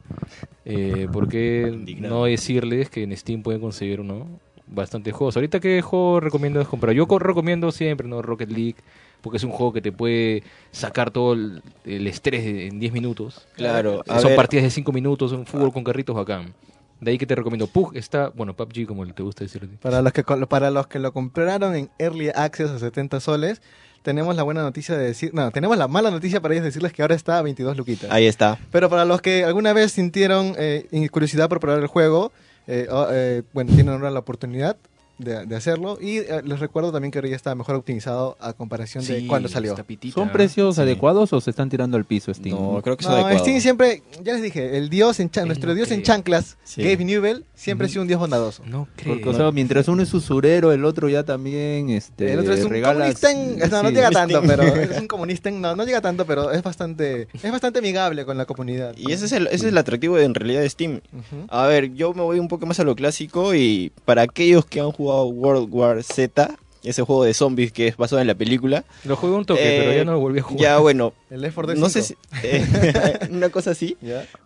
[SPEAKER 2] eh, ¿por qué
[SPEAKER 3] Indignado.
[SPEAKER 2] no decirles que en Steam pueden conseguir uno bastantes juegos? Ahorita, ¿qué juego recomiendas comprar? Yo co- recomiendo siempre no Rocket League, porque es un juego que te puede sacar todo el, el estrés de- en 10 minutos.
[SPEAKER 3] Claro, a
[SPEAKER 2] son
[SPEAKER 3] ver,
[SPEAKER 2] partidas de 5 minutos, un fútbol con carritos bacán. De ahí que te recomiendo. Pug está, bueno, PUBG, como te gusta decir.
[SPEAKER 5] Para los, que, co- para los que lo compraron en Early Access a 70 soles, tenemos la buena noticia de decir. No, tenemos la mala noticia para ellos decirles que ahora está a 22 luquitas.
[SPEAKER 3] ahí está.
[SPEAKER 5] Pero para los que alguna vez sintieron eh, in- curiosidad por probar el juego, eh, oh, eh, bueno, tienen ahora la oportunidad de, de hacerlo. Y eh, les recuerdo también que ahora ya está mejor optimizado a comparación de cuando salió.
[SPEAKER 4] ¿Son precios
[SPEAKER 2] Sí.
[SPEAKER 4] adecuados o se están tirando al piso Steam?
[SPEAKER 3] No, creo que es
[SPEAKER 5] No,
[SPEAKER 3] adecuado.
[SPEAKER 5] Steam siempre, ya les dije, el dios en cha-
[SPEAKER 2] Él
[SPEAKER 5] nuestro
[SPEAKER 2] no
[SPEAKER 5] dios en
[SPEAKER 2] cree.
[SPEAKER 5] chanclas,
[SPEAKER 3] Sí.
[SPEAKER 5] Gabe Newell, siempre ha
[SPEAKER 4] Ujú.
[SPEAKER 5] sido un dios bondadoso.
[SPEAKER 2] No creo.
[SPEAKER 4] Porque, o sea, mientras uno es usurero, el otro ya también este,
[SPEAKER 5] el otro es un
[SPEAKER 4] regalas-
[SPEAKER 5] comunista en- no, no
[SPEAKER 4] sí.
[SPEAKER 5] llega tanto,
[SPEAKER 3] [LAUGHS]
[SPEAKER 5] pero es un comunista en- no, no llega tanto, pero es bastante, es bastante amigable con la comunidad.
[SPEAKER 3] Y ese es, el, ese es el atractivo de- en realidad de Steam.
[SPEAKER 5] Ujú.
[SPEAKER 3] A ver, yo me voy un poco más a lo clásico y para aquellos que han jugado World War Z, ese juego de zombies que es basado en la película,
[SPEAKER 2] Lo jugué un toque,
[SPEAKER 3] Eh,
[SPEAKER 2] pero ya no lo volví a jugar.
[SPEAKER 3] ya
[SPEAKER 2] [LAUGHS]
[SPEAKER 3] bueno,
[SPEAKER 5] El Left 4 Dead
[SPEAKER 3] no sé
[SPEAKER 5] 5.
[SPEAKER 3] si... eh, [LAUGHS] una cosa así.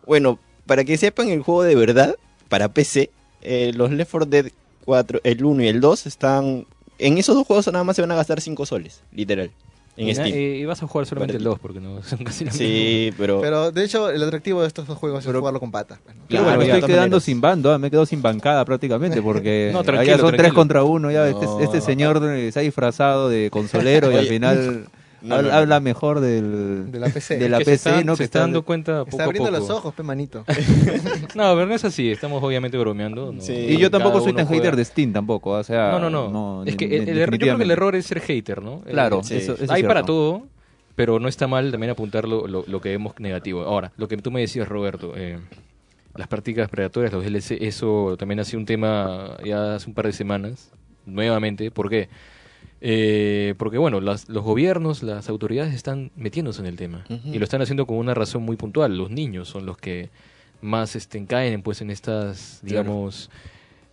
[SPEAKER 3] Bueno, para que sepan el juego de verdad, para PC, eh, los Left 4 Dead 4, el 1 y el 2 están... En esos dos juegos nada más se van a gastar 5 soles, literal, en
[SPEAKER 2] y, na-
[SPEAKER 3] Steam.
[SPEAKER 2] eh, [LAUGHS] y vas a jugar solamente el 2 porque no son casi la misma.
[SPEAKER 3] Sí, pero...
[SPEAKER 5] Pero de hecho, el atractivo de estos dos juegos es jugarlo con patas. pues, ¿no?
[SPEAKER 4] Claro,
[SPEAKER 3] Claro,
[SPEAKER 4] me
[SPEAKER 3] de
[SPEAKER 4] estoy
[SPEAKER 3] todas
[SPEAKER 4] quedando
[SPEAKER 3] maneras.
[SPEAKER 4] sin bando, ah, me quedo sin
[SPEAKER 2] [LAUGHS]
[SPEAKER 4] bancada prácticamente porque
[SPEAKER 2] No,
[SPEAKER 4] ah,
[SPEAKER 2] tranquilo,
[SPEAKER 4] ya son tres
[SPEAKER 2] tranquilo.
[SPEAKER 4] contra uno, ya este,
[SPEAKER 3] No.
[SPEAKER 4] este señor eh, se ha disfrazado de consolero
[SPEAKER 2] [LAUGHS]
[SPEAKER 4] y al
[SPEAKER 3] Oye,
[SPEAKER 4] final
[SPEAKER 3] no,
[SPEAKER 4] habla,
[SPEAKER 3] no, no.
[SPEAKER 4] habla mejor del,
[SPEAKER 5] De la PC.
[SPEAKER 4] de la
[SPEAKER 2] Que se
[SPEAKER 4] PC,
[SPEAKER 2] está-
[SPEAKER 4] ¿no?
[SPEAKER 2] Se está
[SPEAKER 4] que está-
[SPEAKER 2] dando cuenta Ah, poco
[SPEAKER 5] Está abriendo
[SPEAKER 2] a poco.
[SPEAKER 5] los ojos, pe manito.
[SPEAKER 2] No, pero no es así. Estamos obviamente bromeando. ¿no?
[SPEAKER 3] Sí.
[SPEAKER 4] Y yo tampoco
[SPEAKER 2] Cada
[SPEAKER 4] soy tan
[SPEAKER 2] uno juega-
[SPEAKER 4] hater de Steam tampoco, o sea,
[SPEAKER 2] No, no, no. es
[SPEAKER 4] ni-
[SPEAKER 2] que
[SPEAKER 4] ni-
[SPEAKER 2] el, el error- yo creo que el
[SPEAKER 4] definitivamente.
[SPEAKER 2] error es ser hater, ¿no? Eh,
[SPEAKER 4] Claro,
[SPEAKER 3] Sí.
[SPEAKER 4] eso, eso es
[SPEAKER 2] hay para
[SPEAKER 4] cierto.
[SPEAKER 2] todo, pero no está mal también apuntar lo, lo- lo que vemos negativo. Ahora, lo que tú me decías, Roberto, eh, las prácticas predatorias, los DLC, eso también ha sido un tema ya hace un par de semanas, nuevamente. ¿Por qué? Eh, porque, bueno, las- los gobiernos, las autoridades están metiéndose en el tema
[SPEAKER 3] Ujú.
[SPEAKER 2] y lo están haciendo con una razón muy puntual. Los niños son los que más este, caen pues, en estas,
[SPEAKER 3] Claro.
[SPEAKER 2] digamos,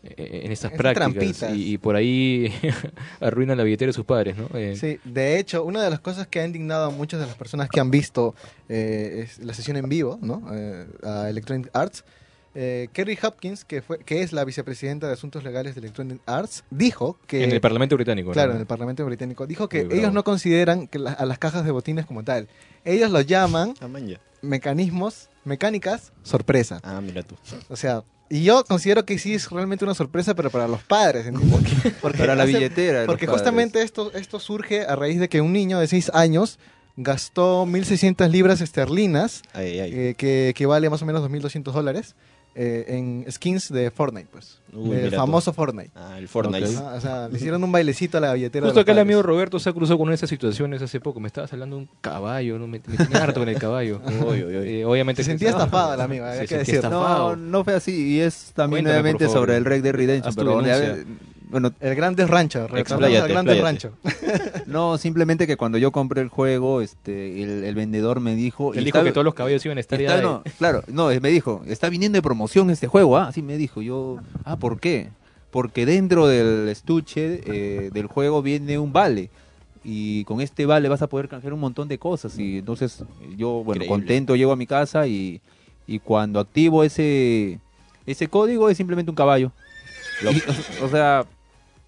[SPEAKER 2] eh, en estas
[SPEAKER 5] Esas
[SPEAKER 2] prácticas
[SPEAKER 5] trampitas.
[SPEAKER 2] y, y por ahí [LAUGHS] arruinan la billetera de sus padres, ¿no? Eh,
[SPEAKER 5] Sí, de hecho, una de las cosas que ha indignado a muchas de las personas que han visto eh, es la sesión en vivo, ¿no? Eh, a Electronic Arts. eh, Kerry Hopkins, que, fue, que es la vicepresidenta de Asuntos Legales de Electronic Arts, dijo que...
[SPEAKER 2] en el Parlamento Británico.
[SPEAKER 5] Claro,
[SPEAKER 2] ¿no?
[SPEAKER 5] en el Parlamento Británico. Dijo que
[SPEAKER 2] Muy bravo.
[SPEAKER 5] ellos no consideran que la- a las cajas de botines como tal. Ellos lo llaman
[SPEAKER 3] Ah, man, ya.
[SPEAKER 5] mecanismos, mecánicas, sorpresa.
[SPEAKER 3] Ah, mira tú.
[SPEAKER 5] O sea, y yo considero que sí es realmente una sorpresa, pero para los padres. ¿entiendes? [LAUGHS] Porque
[SPEAKER 2] [LAUGHS]
[SPEAKER 4] para la
[SPEAKER 5] hace-
[SPEAKER 4] billetera. de los
[SPEAKER 5] Porque
[SPEAKER 4] padres.
[SPEAKER 5] justamente esto, esto surge a raíz de que un niño de 6 años gastó 1.600 libras esterlinas,
[SPEAKER 3] Ay, ay.
[SPEAKER 5] eh, que equivale más o menos 2.200 dólares, eh, en skins de Fortnite, pues.
[SPEAKER 3] Uy, mira
[SPEAKER 5] el
[SPEAKER 3] tú.
[SPEAKER 5] famoso Fortnite.
[SPEAKER 3] Ah, el Fortnite.
[SPEAKER 4] Ok.
[SPEAKER 5] Ah, o sea, le hicieron un bailecito a la billetera.
[SPEAKER 2] Justo
[SPEAKER 5] de los
[SPEAKER 2] acá el
[SPEAKER 5] padres.
[SPEAKER 2] amigo Roberto se ha cruzado con esas situaciones hace poco. Me estabas hablando de un caballo, ¿no? me, me
[SPEAKER 5] [LAUGHS]
[SPEAKER 2] tiene harto con el caballo.
[SPEAKER 3] Uy, uy, uy.
[SPEAKER 2] Eh, obviamente
[SPEAKER 5] Se sentía estafado el amigo, había
[SPEAKER 2] Se
[SPEAKER 5] que
[SPEAKER 2] sentía
[SPEAKER 5] decirlo.
[SPEAKER 4] No,
[SPEAKER 2] estafado.
[SPEAKER 4] no fue así. Y es también
[SPEAKER 2] Cuéntame,
[SPEAKER 4] nuevamente
[SPEAKER 2] por favor.
[SPEAKER 4] sobre el Red Dead
[SPEAKER 2] Haz
[SPEAKER 4] Redemption.
[SPEAKER 2] tu
[SPEAKER 4] Pero, a
[SPEAKER 2] denuncia.
[SPEAKER 4] ver, bueno,
[SPEAKER 5] El grande rancho. retornamos al
[SPEAKER 3] Expláyate,
[SPEAKER 5] grande
[SPEAKER 3] expláyate.
[SPEAKER 5] rancho. [LAUGHS]
[SPEAKER 4] no, simplemente que cuando yo compré el juego, este, el, el vendedor me dijo.
[SPEAKER 2] Él
[SPEAKER 4] y
[SPEAKER 2] dijo
[SPEAKER 4] está-
[SPEAKER 2] que todos los caballos iban a estar
[SPEAKER 4] está-
[SPEAKER 2] ya de-
[SPEAKER 4] no, Claro, no, eh, me dijo, está viniendo de promoción este juego, ¿ah? Así me dijo. Yo, ah, ¿por qué? Porque dentro del estuche eh, del juego viene un vale. Y con este vale vas a poder canjear un montón de cosas. Y entonces eh, yo, bueno,
[SPEAKER 3] Increíble.
[SPEAKER 4] contento, llego a mi casa y, y cuando activo ese, ese código es simplemente un caballo.
[SPEAKER 3] Lo-
[SPEAKER 4] Y, [LAUGHS] o sea,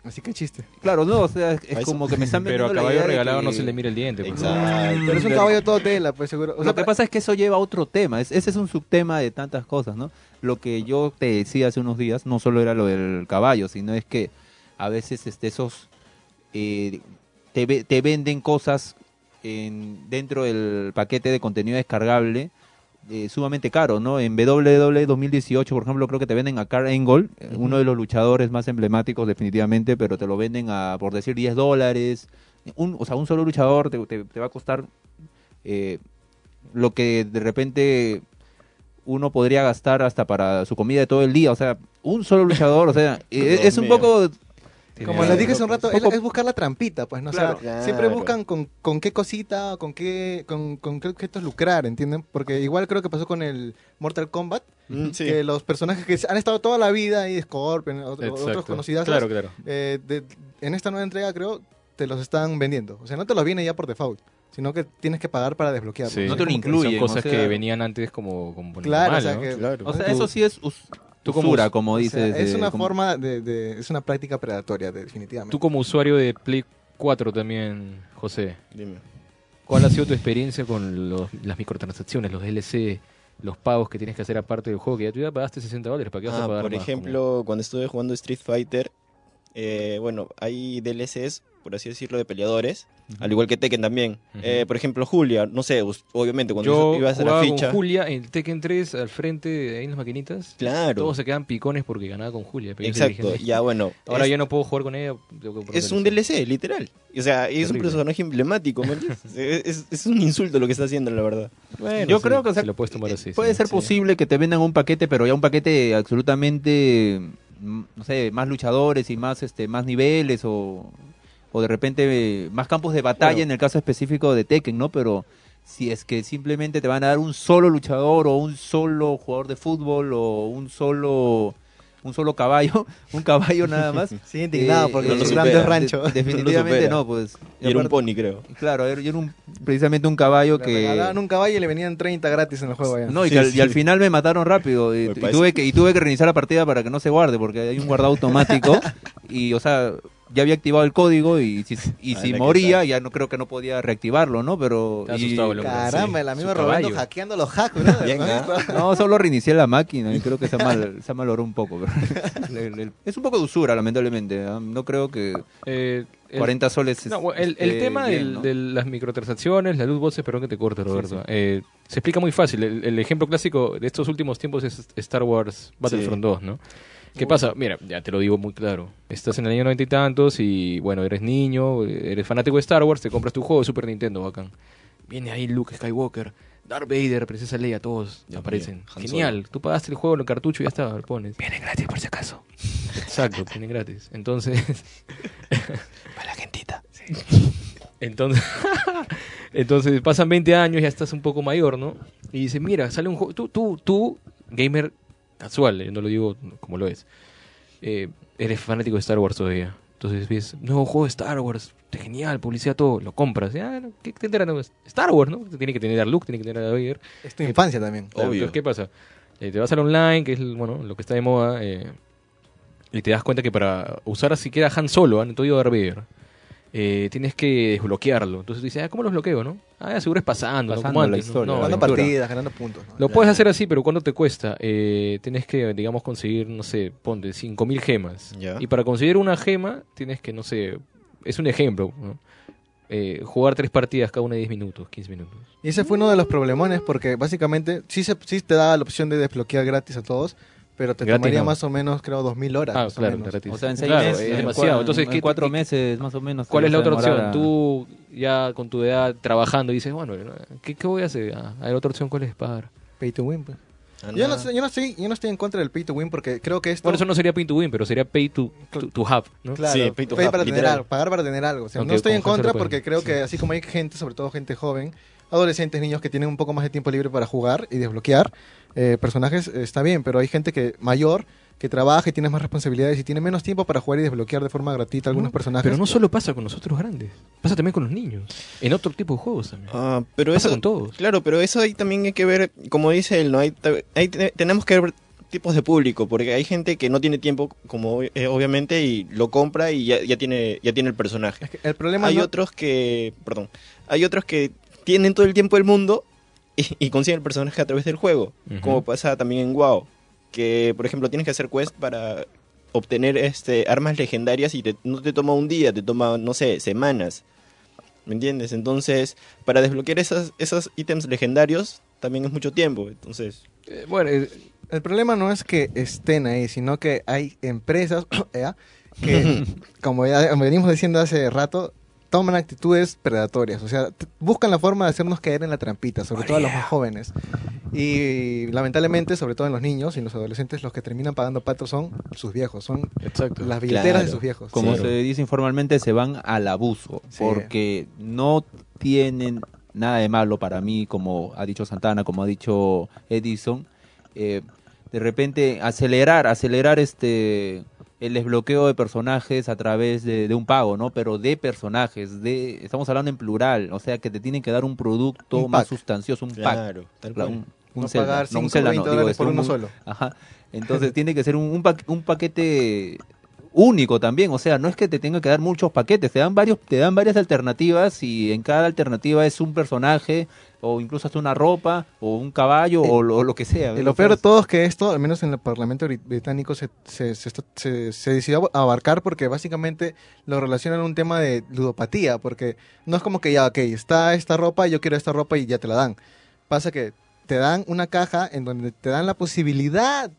[SPEAKER 5] Así que chiste.
[SPEAKER 4] Claro, no, o sea, es
[SPEAKER 3] Eso.
[SPEAKER 4] como que me
[SPEAKER 2] [LAUGHS]
[SPEAKER 4] están
[SPEAKER 2] Pero a
[SPEAKER 4] vendiendo la
[SPEAKER 2] caballo
[SPEAKER 4] idea de
[SPEAKER 2] regalado
[SPEAKER 4] que-
[SPEAKER 2] no se le mira el diente. pues.
[SPEAKER 3] Exacto. Ay,
[SPEAKER 5] pero es un caballo todo tela, pues seguro. O sea,
[SPEAKER 4] lo que pasa es que eso lleva a otro tema. Es- ese es un subtema de tantas cosas, ¿no? Lo que yo te decía hace unos días no solo era lo del caballo, sino es que a veces este, esos eh, te, ve- te venden cosas en- dentro del paquete de contenido descargable eh, sumamente caro, ¿no? En E WWE 2018, por ejemplo, creo que te venden a Carl Engel, eh, uno de los luchadores más emblemáticos definitivamente, pero te lo venden a, por decir, 10 dólares. Un, o sea, un solo luchador te, te- te va a costar eh, lo que de repente uno podría gastar hasta para su comida de todo el día. O sea, un solo luchador, o sea, eh, es, un
[SPEAKER 3] Dios mío.
[SPEAKER 4] poco...
[SPEAKER 5] Como
[SPEAKER 2] Tiene-
[SPEAKER 5] les dije hace un
[SPEAKER 3] Loco,
[SPEAKER 5] rato,
[SPEAKER 4] es
[SPEAKER 5] es,
[SPEAKER 4] poco-
[SPEAKER 5] es buscar la trampita, pues, ¿no? O
[SPEAKER 4] Claro.
[SPEAKER 5] sea,
[SPEAKER 3] Claro.
[SPEAKER 5] siempre buscan con, con qué cosita, con qué, con, con qué objetos lucrar, ¿entienden? Porque igual creo que pasó con el Mortal Kombat,
[SPEAKER 3] Mm, sí.
[SPEAKER 5] que los personajes que han estado toda la vida ahí, Scorpion, otro-
[SPEAKER 2] Exacto.
[SPEAKER 5] otros conocidas,
[SPEAKER 2] Claro, claro.
[SPEAKER 5] eh, de- en esta nueva entrega creo te los están vendiendo. O sea, no te los viene ya por default, sino que tienes que pagar para desbloquearlos.
[SPEAKER 2] Sí.
[SPEAKER 4] No te lo
[SPEAKER 5] Como que-
[SPEAKER 4] incluyen,
[SPEAKER 2] Son cosas
[SPEAKER 4] o sea-
[SPEAKER 2] que venían antes como, como
[SPEAKER 5] Claro,
[SPEAKER 2] normal,
[SPEAKER 5] o sea,
[SPEAKER 2] ¿no?
[SPEAKER 5] que-
[SPEAKER 3] Claro.
[SPEAKER 4] O sea,
[SPEAKER 5] Tú-
[SPEAKER 4] eso sí es us-
[SPEAKER 2] tú como
[SPEAKER 4] usura,
[SPEAKER 2] us-
[SPEAKER 4] como
[SPEAKER 5] o sea,
[SPEAKER 4] dices.
[SPEAKER 5] es
[SPEAKER 4] eh,
[SPEAKER 5] una
[SPEAKER 4] como-
[SPEAKER 5] forma de, de- Es una práctica predatoria, de- definitivamente.
[SPEAKER 2] Tú como usuario de Play 4 también, José,
[SPEAKER 3] Dime.
[SPEAKER 2] ¿cuál ha sido tu experiencia con los- las microtransacciones, los DLC, los pagos que tienes que hacer aparte del juego? Que ya tú ya pagaste 60 dólares, ¿para qué vas
[SPEAKER 3] Ah,
[SPEAKER 2] a pagar
[SPEAKER 3] por
[SPEAKER 2] más?
[SPEAKER 3] ejemplo, cuando estuve jugando Street Fighter, eh, bueno, hay DLCs, por así decirlo, de peleadores, al igual que Tekken también.
[SPEAKER 2] Ujú.
[SPEAKER 3] Eh, por ejemplo, Julia, no sé, us- obviamente
[SPEAKER 2] Como-
[SPEAKER 3] cuando
[SPEAKER 2] Yo
[SPEAKER 3] ibas a la
[SPEAKER 2] jugaba
[SPEAKER 3] ficha.
[SPEAKER 2] con Julia en Tekken 3 al frente, de ahí en las maquinitas.
[SPEAKER 3] Claro.
[SPEAKER 2] Todos se quedan picones porque ganaba con Julia. pero yo se lo dije,
[SPEAKER 3] Exacto, ya bueno.
[SPEAKER 2] Ahora
[SPEAKER 3] es,
[SPEAKER 2] ya no puedo jugar con ella. tengo que
[SPEAKER 3] es un
[SPEAKER 2] perder.
[SPEAKER 3] DLC, literal. O sea, es un
[SPEAKER 2] Terrible.
[SPEAKER 3] personaje emblemático,
[SPEAKER 2] [LAUGHS]
[SPEAKER 3] ¿me entiendes? es, es un insulto lo que está haciendo, la verdad.
[SPEAKER 2] Bueno,
[SPEAKER 4] Yo
[SPEAKER 2] sí,
[SPEAKER 4] creo que o sea,
[SPEAKER 2] sí lo puedes tomar así,
[SPEAKER 4] puede
[SPEAKER 2] sí.
[SPEAKER 4] ser
[SPEAKER 2] Sí.
[SPEAKER 4] posible que te vendan un paquete, pero ya un paquete absolutamente, mm, no sé, más luchadores y más, este, más niveles o, o de repente eh, más campos de batalla
[SPEAKER 3] Bueno.
[SPEAKER 4] en el caso específico de Tekken, ¿no? Pero si es que simplemente te van a dar un solo luchador o un solo jugador de fútbol o un solo un solo caballo, [LAUGHS] un caballo nada más.
[SPEAKER 5] Sí, indignado
[SPEAKER 4] eh,
[SPEAKER 5] porque
[SPEAKER 3] no lo
[SPEAKER 5] los
[SPEAKER 4] eh,
[SPEAKER 5] grandes
[SPEAKER 3] supera.
[SPEAKER 5] [LAUGHS] rancho.
[SPEAKER 4] de- definitivamente
[SPEAKER 3] supera.
[SPEAKER 4] no, pues.
[SPEAKER 3] Y era un
[SPEAKER 4] aparte-
[SPEAKER 3] pony, creo.
[SPEAKER 4] Claro, era era un, precisamente un caballo
[SPEAKER 5] Le
[SPEAKER 4] que...
[SPEAKER 5] regalaban un caballo y le venían 30 gratis en el juego. Ya.
[SPEAKER 4] No, y,
[SPEAKER 3] Sí,
[SPEAKER 4] que al, y
[SPEAKER 3] sí.
[SPEAKER 4] al final me mataron rápido. Y,
[SPEAKER 3] Me
[SPEAKER 4] y
[SPEAKER 3] parece.
[SPEAKER 4] tuve que, y tuve que reiniciar la partida para que no se guarde, porque hay un guardado
[SPEAKER 2] [LAUGHS]
[SPEAKER 4] automático. y, o sea, ya había activado el código y si, y
[SPEAKER 3] Ah,
[SPEAKER 4] si
[SPEAKER 3] la que
[SPEAKER 4] moría,
[SPEAKER 3] tal.
[SPEAKER 4] ya no creo que no podía reactivarlo, ¿no? Pero.
[SPEAKER 2] Está
[SPEAKER 4] y-
[SPEAKER 2] asustado el hombre.
[SPEAKER 5] Caramba, el
[SPEAKER 2] Sí,
[SPEAKER 5] amigo
[SPEAKER 2] su
[SPEAKER 5] Roberto
[SPEAKER 2] caballo.
[SPEAKER 5] hackeando los hacks, brother,
[SPEAKER 3] Bien,
[SPEAKER 5] ¿no?
[SPEAKER 3] ¿ah?
[SPEAKER 4] No, solo reinicié la máquina y creo que se, mal, se maloró un poco. pero- [LAUGHS] le- le- es un poco de usura, lamentablemente. ¿ah? No creo que
[SPEAKER 2] Eh, el-
[SPEAKER 4] 40 soles.
[SPEAKER 2] No, bueno, el, el
[SPEAKER 4] esté
[SPEAKER 2] tema
[SPEAKER 4] este, bien,
[SPEAKER 2] del-
[SPEAKER 4] ¿no?
[SPEAKER 2] de las microtransacciones, la luz boxes, perdón que te corte, Roberto. Eh, se explica muy fácil. El, el ejemplo clásico de estos últimos tiempos es Star Wars Battlefront 2, ¿no? ¿Qué pasa? Mira, ya te lo digo muy claro. Estás en el año noventa y tantos y, bueno, eres niño, eres fanático de Star Wars, te compras tu juego de Super Nintendo, bacán. Viene ahí Luke Skywalker, Darth Vader, Princesa Leia, todos
[SPEAKER 3] Dios
[SPEAKER 2] aparecen.
[SPEAKER 3] mío, Han
[SPEAKER 2] Genial, tú pagaste el juego en el cartucho y ya está, lo pones. Viene gratis por si acaso. Exacto, viene gratis. [LAUGHS] Entonces,
[SPEAKER 3] Para la gentita.
[SPEAKER 2] [LAUGHS] entonces, entonces pasan 20 años, ya estás un poco mayor, ¿no? Y dices, mira, sale un juego. Tú, tú, tú, gamer casual, eh, no lo digo como lo es. eh, eres fanático de Star Wars todavía. Entonces ves, nuevo juego de Star Wars, genial, publicidad, todo, lo compras. Ya, no, ¿Qué te entera? No, es Star Wars, ¿no? Tiene que tener a Luke, tiene que tener a Vader.
[SPEAKER 5] Es tu infancia también.
[SPEAKER 2] Claro,
[SPEAKER 3] Obvio.
[SPEAKER 2] Entonces, ¿qué pasa? Eh, te vas al online, que es bueno, lo que está de moda, eh, y te das cuenta que para usar siquiera Han Solo, ¿ah? no te digo Darth Vader, eh, tienes que desbloquearlo. Entonces tú dices, ah, ¿cómo lo bloqueo, no? Ah, seguro es pasando, ¿no? Como
[SPEAKER 4] Pasando la
[SPEAKER 2] antes, ¿no?
[SPEAKER 4] historia,
[SPEAKER 2] No,
[SPEAKER 4] la
[SPEAKER 5] ganando
[SPEAKER 2] aventura.
[SPEAKER 5] partidas, ganando puntos. ¿no?
[SPEAKER 2] Lo puedes hacer así, pero ¿cuánto te cuesta? Eh, tienes que, digamos, conseguir, no sé, ponte 5.000 gemas.
[SPEAKER 3] Ya.
[SPEAKER 2] Y para conseguir una gema, tienes que, no sé, es un ejemplo, ¿no? Eh, jugar tres partidas cada una de 10 minutos, 15 minutos.
[SPEAKER 5] Y ese fue uno de los problemones porque básicamente sí, se, sí te daba la opción de desbloquear gratis a todos, pero te
[SPEAKER 2] Gratis
[SPEAKER 5] tomaría
[SPEAKER 2] no.
[SPEAKER 5] más o menos, creo, 2000 horas.
[SPEAKER 2] Ah,
[SPEAKER 5] más o
[SPEAKER 2] claro,
[SPEAKER 5] menos.
[SPEAKER 2] gratis.
[SPEAKER 4] O sea, en seis
[SPEAKER 2] Claro,
[SPEAKER 4] meses,
[SPEAKER 2] es
[SPEAKER 4] en
[SPEAKER 2] demasiado.
[SPEAKER 4] cua-
[SPEAKER 2] Entonces,
[SPEAKER 4] en
[SPEAKER 2] ¿qué-
[SPEAKER 4] cuatro
[SPEAKER 2] qué-
[SPEAKER 4] meses más o menos.
[SPEAKER 2] ¿Cuál
[SPEAKER 4] te
[SPEAKER 2] es la
[SPEAKER 4] vas a
[SPEAKER 2] otra opción?
[SPEAKER 4] demorar a-
[SPEAKER 2] Tú ya con tu edad trabajando dices, bueno, ¿qué, qué voy a hacer? Ah, hay otra opción, ¿cuál es pagar?
[SPEAKER 5] Pay to win, pues. Yo no, sé- yo, no estoy, yo no estoy en contra del pay to win porque creo que esto...
[SPEAKER 2] Bueno, eso no sería pay to win, pero sería pay to, to, to have, ¿no?
[SPEAKER 5] Claro,
[SPEAKER 3] Sí, pay to have,
[SPEAKER 5] para tener
[SPEAKER 3] literal.
[SPEAKER 5] algo, pagar para tener algo. O sea,
[SPEAKER 2] Aunque
[SPEAKER 5] no estoy
[SPEAKER 2] con
[SPEAKER 5] en
[SPEAKER 2] Hans
[SPEAKER 5] contra
[SPEAKER 2] Solo puede.
[SPEAKER 5] porque creo que así como hay gente, sobre todo gente joven, adolescentes, niños que tienen un poco más de tiempo libre para jugar y desbloquear eh, personajes, eh, está bien, pero hay gente que mayor que trabaja y tiene más responsabilidades y tiene menos tiempo para jugar y desbloquear de forma gratuita algunos personajes.
[SPEAKER 2] Pero no solo pasa con nosotros grandes, pasa también con los niños, en otro tipo de juegos también.
[SPEAKER 3] Ah, pero
[SPEAKER 2] Pasa
[SPEAKER 3] eso
[SPEAKER 2] con todos.
[SPEAKER 3] Claro, pero eso ahí también hay que ver, como dice él, no hay, ta- hay- te- tenemos que ver tipos de público, porque hay gente que no tiene tiempo, como eh, obviamente, y lo compra y ya, ya tiene, ya tiene el personaje.
[SPEAKER 5] Es que el problema
[SPEAKER 3] Hay
[SPEAKER 5] no-
[SPEAKER 3] otros que, perdón, hay otros que tienen todo el tiempo del mundo y, y consiguen el personaje a través del juego,
[SPEAKER 2] Ujú.
[SPEAKER 3] como pasa también en WoW, que por ejemplo tienes que hacer quest para obtener este armas legendarias y te- no te toma un día, te toma no sé semanas, ¿me entiendes? Entonces para desbloquear esas esos ítems legendarios también es mucho tiempo, entonces
[SPEAKER 2] Eh, bueno, eh,
[SPEAKER 5] El problema no es que estén ahí, sino que hay empresas [COUGHS] ¿ya? que, como ya venimos diciendo hace rato, toman actitudes predatorias. O sea, t- buscan la forma de hacernos caer en la trampita, sobre todo a los más jóvenes. Y lamentablemente, sobre todo en los niños y en los adolescentes, los que terminan pagando pato son sus viejos, son
[SPEAKER 2] exacto.
[SPEAKER 5] las billeteras de
[SPEAKER 3] Claro.
[SPEAKER 5] sus viejos.
[SPEAKER 4] Como
[SPEAKER 3] Sí.
[SPEAKER 4] se dice informalmente, se van al abuso.
[SPEAKER 5] Sí.
[SPEAKER 4] Porque no tienen nada de malo para mí, como ha dicho Santana, como ha dicho Edison. Eh, de repente, acelerar, acelerar este el desbloqueo de personajes a través de, de un pago, ¿no? Pero de personajes, de estamos hablando en plural, o sea que te tienen que dar un producto
[SPEAKER 5] Un
[SPEAKER 4] más
[SPEAKER 5] pack.
[SPEAKER 4] sustancioso, un pack.
[SPEAKER 3] claro, tal
[SPEAKER 4] Claro,
[SPEAKER 3] cual.
[SPEAKER 4] un- un
[SPEAKER 5] No
[SPEAKER 4] Zelda,
[SPEAKER 5] pagar
[SPEAKER 4] no, un
[SPEAKER 5] 5
[SPEAKER 4] Zelda, no, digo,
[SPEAKER 5] dólares
[SPEAKER 4] este,
[SPEAKER 5] por
[SPEAKER 4] un-
[SPEAKER 5] uno solo. [LAUGHS]
[SPEAKER 4] Ajá. Entonces tiene que ser un, un, paque- un paquete único también. O sea, no es que te tenga que dar muchos paquetes, te dan varios, te dan varias alternativas y en cada alternativa es un personaje, o incluso hasta una ropa, o un caballo, o, lo, lo que sea.
[SPEAKER 5] Y lo peor de todo es que esto, al menos en el Parlamento brit- británico, se, se, se, está- se- se decidió ab- abarcar porque básicamente lo relacionan a un tema de ludopatía, porque no es como que ya, ok, está esta ropa, yo quiero esta ropa y ya te la dan. Pasa que te dan una caja en donde te dan la posibilidad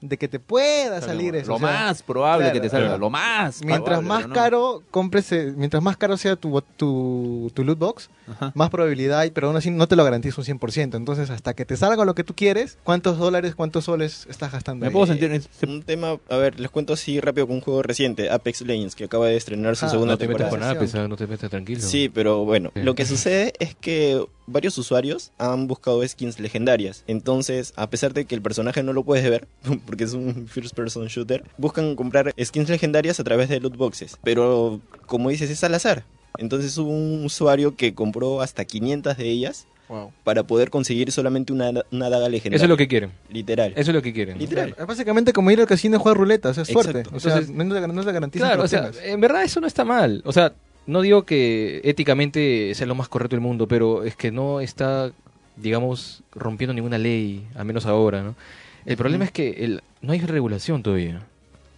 [SPEAKER 5] de que te pueda salir eso.
[SPEAKER 4] Lo
[SPEAKER 5] o sea,
[SPEAKER 4] más probable
[SPEAKER 5] claro,
[SPEAKER 4] que te salga,
[SPEAKER 5] claro.
[SPEAKER 4] lo más.
[SPEAKER 5] Mientras
[SPEAKER 4] probable,
[SPEAKER 5] más
[SPEAKER 4] pero no.
[SPEAKER 5] caro compres, eh, mientras más caro sea tu, bo- tu, tu loot box,
[SPEAKER 4] Ajá.
[SPEAKER 5] más probabilidad hay, pero aún así no te lo garantizo un 100%. Entonces, hasta que te salga lo que tú quieres, ¿cuántos dólares, cuántos soles estás gastando?
[SPEAKER 4] Me
[SPEAKER 5] ahí?
[SPEAKER 4] puedo sentir. se-
[SPEAKER 3] Un tema, a ver, les cuento así rápido con un juego reciente, Apex Legends, que acaba de estrenar su
[SPEAKER 5] Ah,
[SPEAKER 3] segunda
[SPEAKER 2] No te metas
[SPEAKER 3] temporada.
[SPEAKER 2] con nada, pesado, no te metas tranquilo.
[SPEAKER 3] Sí, pero bueno,
[SPEAKER 2] Sí.
[SPEAKER 3] lo que sucede es que varios usuarios han buscado skins legendarias. Entonces, a pesar de que el personaje no lo puedes ver, [LAUGHS] porque es un first person shooter, buscan comprar skins legendarias a través de loot boxes. Pero, como dices, es al azar. Entonces hubo un usuario que compró hasta 500 de ellas
[SPEAKER 2] pues, ah.
[SPEAKER 3] para poder conseguir solamente una, una daga legendaria.
[SPEAKER 2] Eso es lo que quieren.
[SPEAKER 3] Literal.
[SPEAKER 2] Eso es lo que quieren.
[SPEAKER 3] Literal.
[SPEAKER 5] Es básicamente como ir al casino a jugar ruleta, o sea, es
[SPEAKER 3] Exacto.
[SPEAKER 5] suerte. O sea,
[SPEAKER 2] Entonces-
[SPEAKER 5] no te- no te garantizan que
[SPEAKER 2] Claro,
[SPEAKER 5] lo
[SPEAKER 2] o sea, eh,
[SPEAKER 5] tengas.
[SPEAKER 2] en verdad eso no está mal. O sea, no digo que éticamente sea lo más correcto del mundo, pero es que no está, digamos, rompiendo ninguna ley, al menos ahora, ¿no? El problema es que el, no hay regulación todavía.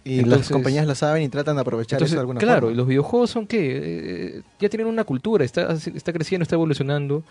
[SPEAKER 5] y las
[SPEAKER 2] entonces-
[SPEAKER 5] compañías la saben y tratan de aprovechar eso
[SPEAKER 2] Entonces,
[SPEAKER 5] de alguna
[SPEAKER 2] claro,
[SPEAKER 5] forma.
[SPEAKER 2] los videojuegos son que ya tienen una cultura, está, está creciendo, está evolucionando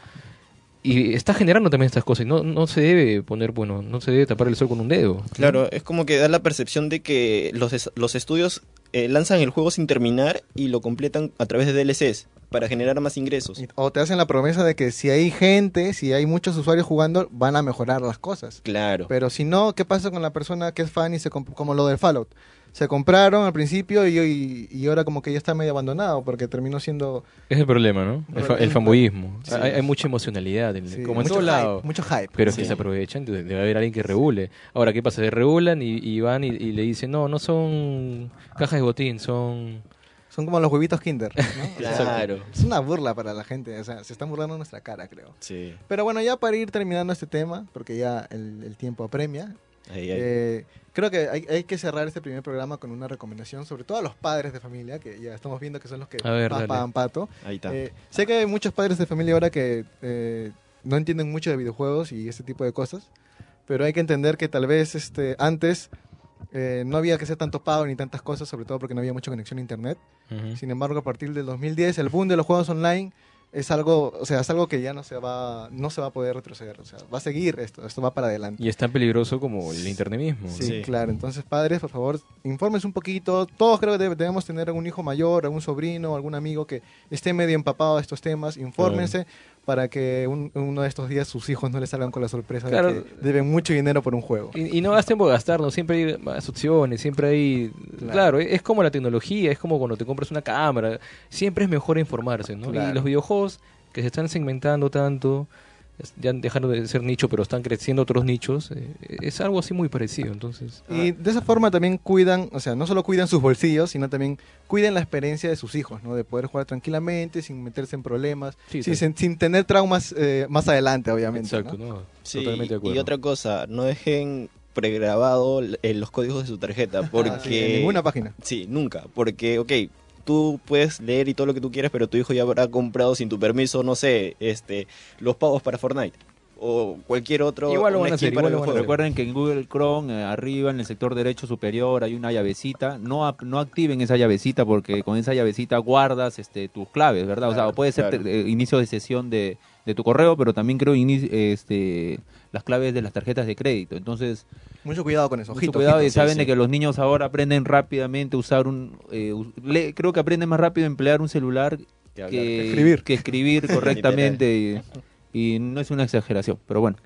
[SPEAKER 2] y está generando también estas cosas. Y No, no se debe poner, bueno, no se debe tapar el sol con un dedo.
[SPEAKER 3] Claro, es como que da la percepción de que los, es- los estudios eh, lanzan el juego sin terminar y lo completan a través de DLCs para generar más ingresos.
[SPEAKER 5] Y- O te hacen la promesa de que si hay gente, si hay muchos usuarios jugando, van a mejorar las cosas.
[SPEAKER 3] Claro.
[SPEAKER 2] pues,
[SPEAKER 5] Pero si no, ¿qué pasa con la persona que es fan y se comp- como lo del Fallout? Se compraron al principio y, y- y ahora como que ya está medio abandonado porque terminó siendo...
[SPEAKER 2] Es el problema, ¿no? El, fa- el fanboyismo. Hay, hay mucha emocionalidad, en-
[SPEAKER 5] sí,
[SPEAKER 2] como en
[SPEAKER 5] mucho
[SPEAKER 2] todo
[SPEAKER 5] hype,
[SPEAKER 2] lado.
[SPEAKER 5] Mucho hype.
[SPEAKER 2] Pero es
[SPEAKER 3] Sí.
[SPEAKER 2] que se aprovechan, de- debe haber alguien que regule. Ahora, ¿qué pasa? Se regulan y, y van y, y le dicen, no, no son cajas de botín, son...
[SPEAKER 5] Son como los huevitos Kinder. ¿no? [LAUGHS] O sea,
[SPEAKER 3] Claro.
[SPEAKER 5] es una burla para la gente, o sea, se están burlando de nuestra cara, creo.
[SPEAKER 3] Sí.
[SPEAKER 5] Pero bueno, ya para ir terminando este tema, porque ya el, el tiempo apremia,
[SPEAKER 3] Ahí, ahí.
[SPEAKER 5] eh, creo que hay, hay que cerrar este primer programa con una recomendación, sobre todo a los padres de familia, que ya estamos viendo que son los que
[SPEAKER 2] A ver,
[SPEAKER 5] más
[SPEAKER 2] dale.
[SPEAKER 5] pagan pato.
[SPEAKER 3] Ahí está.
[SPEAKER 5] Eh, sé que hay muchos padres de familia ahora que eh, no entienden mucho de videojuegos y este tipo de cosas, pero hay que entender que tal vez este, antes eh, no había que hacer tanto pago ni tantas cosas, sobre todo porque no había mucha conexión a internet.
[SPEAKER 2] Ujú.
[SPEAKER 5] Sin embargo, a partir del 2010, el boom de los juegos online es algo, o sea, es algo que ya no se va, no se va a poder retroceder. O sea, va a seguir esto, esto va para adelante.
[SPEAKER 2] Y es tan peligroso como el internet mismo.
[SPEAKER 5] Sí,
[SPEAKER 3] Sí.
[SPEAKER 5] claro. Entonces, padres, por favor, infórmense un poquito. Todos creo que deb- debemos tener algún hijo mayor, algún sobrino, algún amigo que esté medio empapado de estos temas. Infórmense para que un- uno de estos días sus hijos no les salgan con la sorpresa de
[SPEAKER 2] Claro.
[SPEAKER 5] que deben mucho dinero por un juego.
[SPEAKER 2] Y, y no gasten por gastar, ¿no? Siempre hay más opciones, siempre hay...
[SPEAKER 5] Claro.
[SPEAKER 2] Claro. es es como la tecnología, es como cuando te compras una cámara. Siempre es mejor informarse, ¿no?
[SPEAKER 5] Claro.
[SPEAKER 2] Y los videojuegos que se están segmentando tanto, es- ya dejaron de ser nicho, pero están creciendo otros nichos, eh, es algo así muy parecido, entonces...
[SPEAKER 5] Y de esa forma también cuidan, o sea, no solo cuidan sus bolsillos, sino también cuidan la experiencia de sus hijos, ¿no? De poder jugar tranquilamente, sin meterse en problemas,
[SPEAKER 2] Sí,
[SPEAKER 5] sin,
[SPEAKER 2] tal-
[SPEAKER 5] sin- sin tener traumas eh, más adelante, obviamente.
[SPEAKER 2] Exacto,
[SPEAKER 5] ¿no?
[SPEAKER 2] ¿no?
[SPEAKER 3] Sí,
[SPEAKER 2] Totalmente de
[SPEAKER 3] y
[SPEAKER 2] acuerdo.
[SPEAKER 3] otra cosa, no dejen, por pregrabado l- eh, los códigos de su
[SPEAKER 2] [LAUGHS] Ah,
[SPEAKER 3] tarjeta. Porque.
[SPEAKER 5] Así, en ninguna página.
[SPEAKER 3] Sí, nunca. Porque, ok, tú puedes leer y todo lo que tú quieras, pero tu hijo ya habrá comprado sin tu permiso, no sé, este, los pagos para Fortnite. O cualquier otro.
[SPEAKER 2] Igual lo
[SPEAKER 3] una
[SPEAKER 2] van a
[SPEAKER 3] skin
[SPEAKER 2] hacer,
[SPEAKER 3] para
[SPEAKER 2] igual lo
[SPEAKER 3] el
[SPEAKER 2] van a
[SPEAKER 3] juego.
[SPEAKER 2] hacer.
[SPEAKER 4] Recuerden que en Google Chrome, eh, arriba en el sector derecho superior, hay una llavecita. No, ap- no activen esa llavecita porque con esa llavecita guardas este, tus claves, ¿verdad? o
[SPEAKER 3] Claro,
[SPEAKER 4] sea, puede ser
[SPEAKER 3] claro.
[SPEAKER 4] te- eh, inicio de sesión de, de tu correo, pero también creo ini- este, las claves de las tarjetas de crédito. Entonces,
[SPEAKER 5] Mucho cuidado con eso.
[SPEAKER 4] mucho
[SPEAKER 5] ojito,
[SPEAKER 4] cuidado
[SPEAKER 5] ojito.
[SPEAKER 4] y saben
[SPEAKER 3] sí.
[SPEAKER 4] de que los niños ahora aprenden rápidamente a usar un... eh, us- le- creo que aprenden más rápido a emplear un celular
[SPEAKER 3] Que hablar.
[SPEAKER 4] que
[SPEAKER 5] escribir.
[SPEAKER 3] [LAUGHS]
[SPEAKER 4] que escribir correctamente. y, y no es una exageración, pero bueno.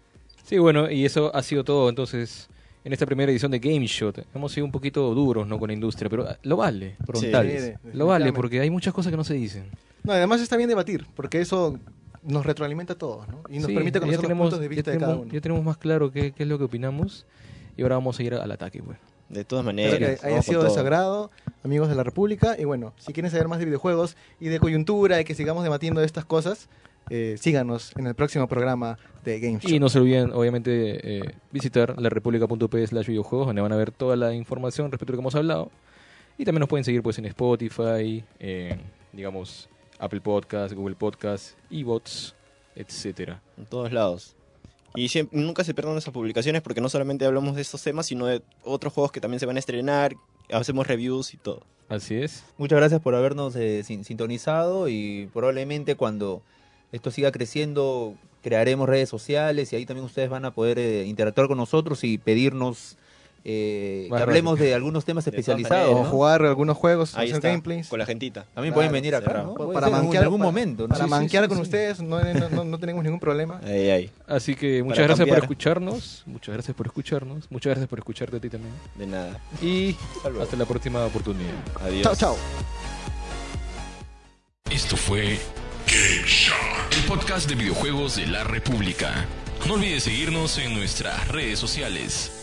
[SPEAKER 2] Sí, bueno, y eso ha sido todo entonces en esta primera edición de Game Shot. Hemos sido un poquito duros no con la industria, pero ah, lo vale.
[SPEAKER 4] frontales.
[SPEAKER 5] Sí,
[SPEAKER 2] Lo vale
[SPEAKER 5] definitivamente.
[SPEAKER 2] porque hay muchas cosas que no se dicen.
[SPEAKER 5] No, además está bien debatir, porque eso nos retroalimenta a todos, ¿no? Y nos
[SPEAKER 2] Sí,
[SPEAKER 5] permite
[SPEAKER 2] ya
[SPEAKER 5] conocer los
[SPEAKER 2] tenemos-
[SPEAKER 5] puntos de
[SPEAKER 2] ya
[SPEAKER 5] vista de
[SPEAKER 2] tenemos-
[SPEAKER 5] cada uno.
[SPEAKER 2] Ya tenemos más claro qué, qué es lo que opinamos y ahora vamos a ir al ataque, pues.
[SPEAKER 3] De todas maneras.
[SPEAKER 5] Espero que haya
[SPEAKER 3] vamos con
[SPEAKER 5] sido de
[SPEAKER 3] todo.
[SPEAKER 5] su agrado, amigos de la República. Y bueno, si quieren saber más de videojuegos y de coyuntura y que sigamos debatiendo de estas cosas, eh, síganos en el próximo programa de Game Show.
[SPEAKER 2] Y no se olviden, obviamente, eh, visitar larepublica.p slash videojuegos, donde van a ver toda la información respecto a lo que hemos hablado. Y también nos pueden seguir pues en Spotify, en, digamos, Apple Podcasts, Google Podcasts, Evots, etcétera.
[SPEAKER 3] En todos lados. Y siem- nunca se pierdan nuestras publicaciones porque no solamente hablamos de estos temas, sino de otros juegos que también se van a estrenar. Hacemos reviews y todo.
[SPEAKER 2] Así es.
[SPEAKER 4] Muchas gracias por habernos eh, sin- sintonizado y probablemente cuando esto siga creciendo crearemos redes sociales y ahí también ustedes van a poder eh, interactuar con nosotros y pedirnos eh, que
[SPEAKER 2] Más
[SPEAKER 4] hablemos de algunos temas
[SPEAKER 3] De todas
[SPEAKER 4] especializados.
[SPEAKER 5] o
[SPEAKER 3] maneras,
[SPEAKER 4] ¿no?
[SPEAKER 5] jugar algunos juegos,
[SPEAKER 3] Ahí
[SPEAKER 5] hacer
[SPEAKER 3] está,
[SPEAKER 5] gameplays.
[SPEAKER 3] con la gentita.
[SPEAKER 4] También
[SPEAKER 5] Claro,
[SPEAKER 4] pueden venir acá,
[SPEAKER 3] cerrado.
[SPEAKER 4] ¿no?
[SPEAKER 5] Pa-
[SPEAKER 4] Puede
[SPEAKER 5] Para
[SPEAKER 4] ser en algún-
[SPEAKER 5] manquear,
[SPEAKER 4] en algún
[SPEAKER 5] para-
[SPEAKER 4] momento. ¿no?
[SPEAKER 5] Para
[SPEAKER 4] Sí, sí,
[SPEAKER 5] manquear
[SPEAKER 4] sí,
[SPEAKER 5] con
[SPEAKER 4] sí.
[SPEAKER 5] ustedes no, no- no- no tenemos ningún problema.
[SPEAKER 3] Ahí, ahí.
[SPEAKER 2] Así que muchas
[SPEAKER 3] Para
[SPEAKER 2] gracias
[SPEAKER 3] cambiar.
[SPEAKER 2] por escucharnos. Muchas gracias por escucharnos. Muchas gracias por escucharte a ti también.
[SPEAKER 3] De nada.
[SPEAKER 2] Y
[SPEAKER 3] Hasta luego.
[SPEAKER 2] hasta la próxima oportunidad.
[SPEAKER 3] Adiós.
[SPEAKER 5] Chao, chao.
[SPEAKER 1] Esto fue Game Shot, el podcast de videojuegos de la República. No olvides seguirnos en nuestras redes sociales.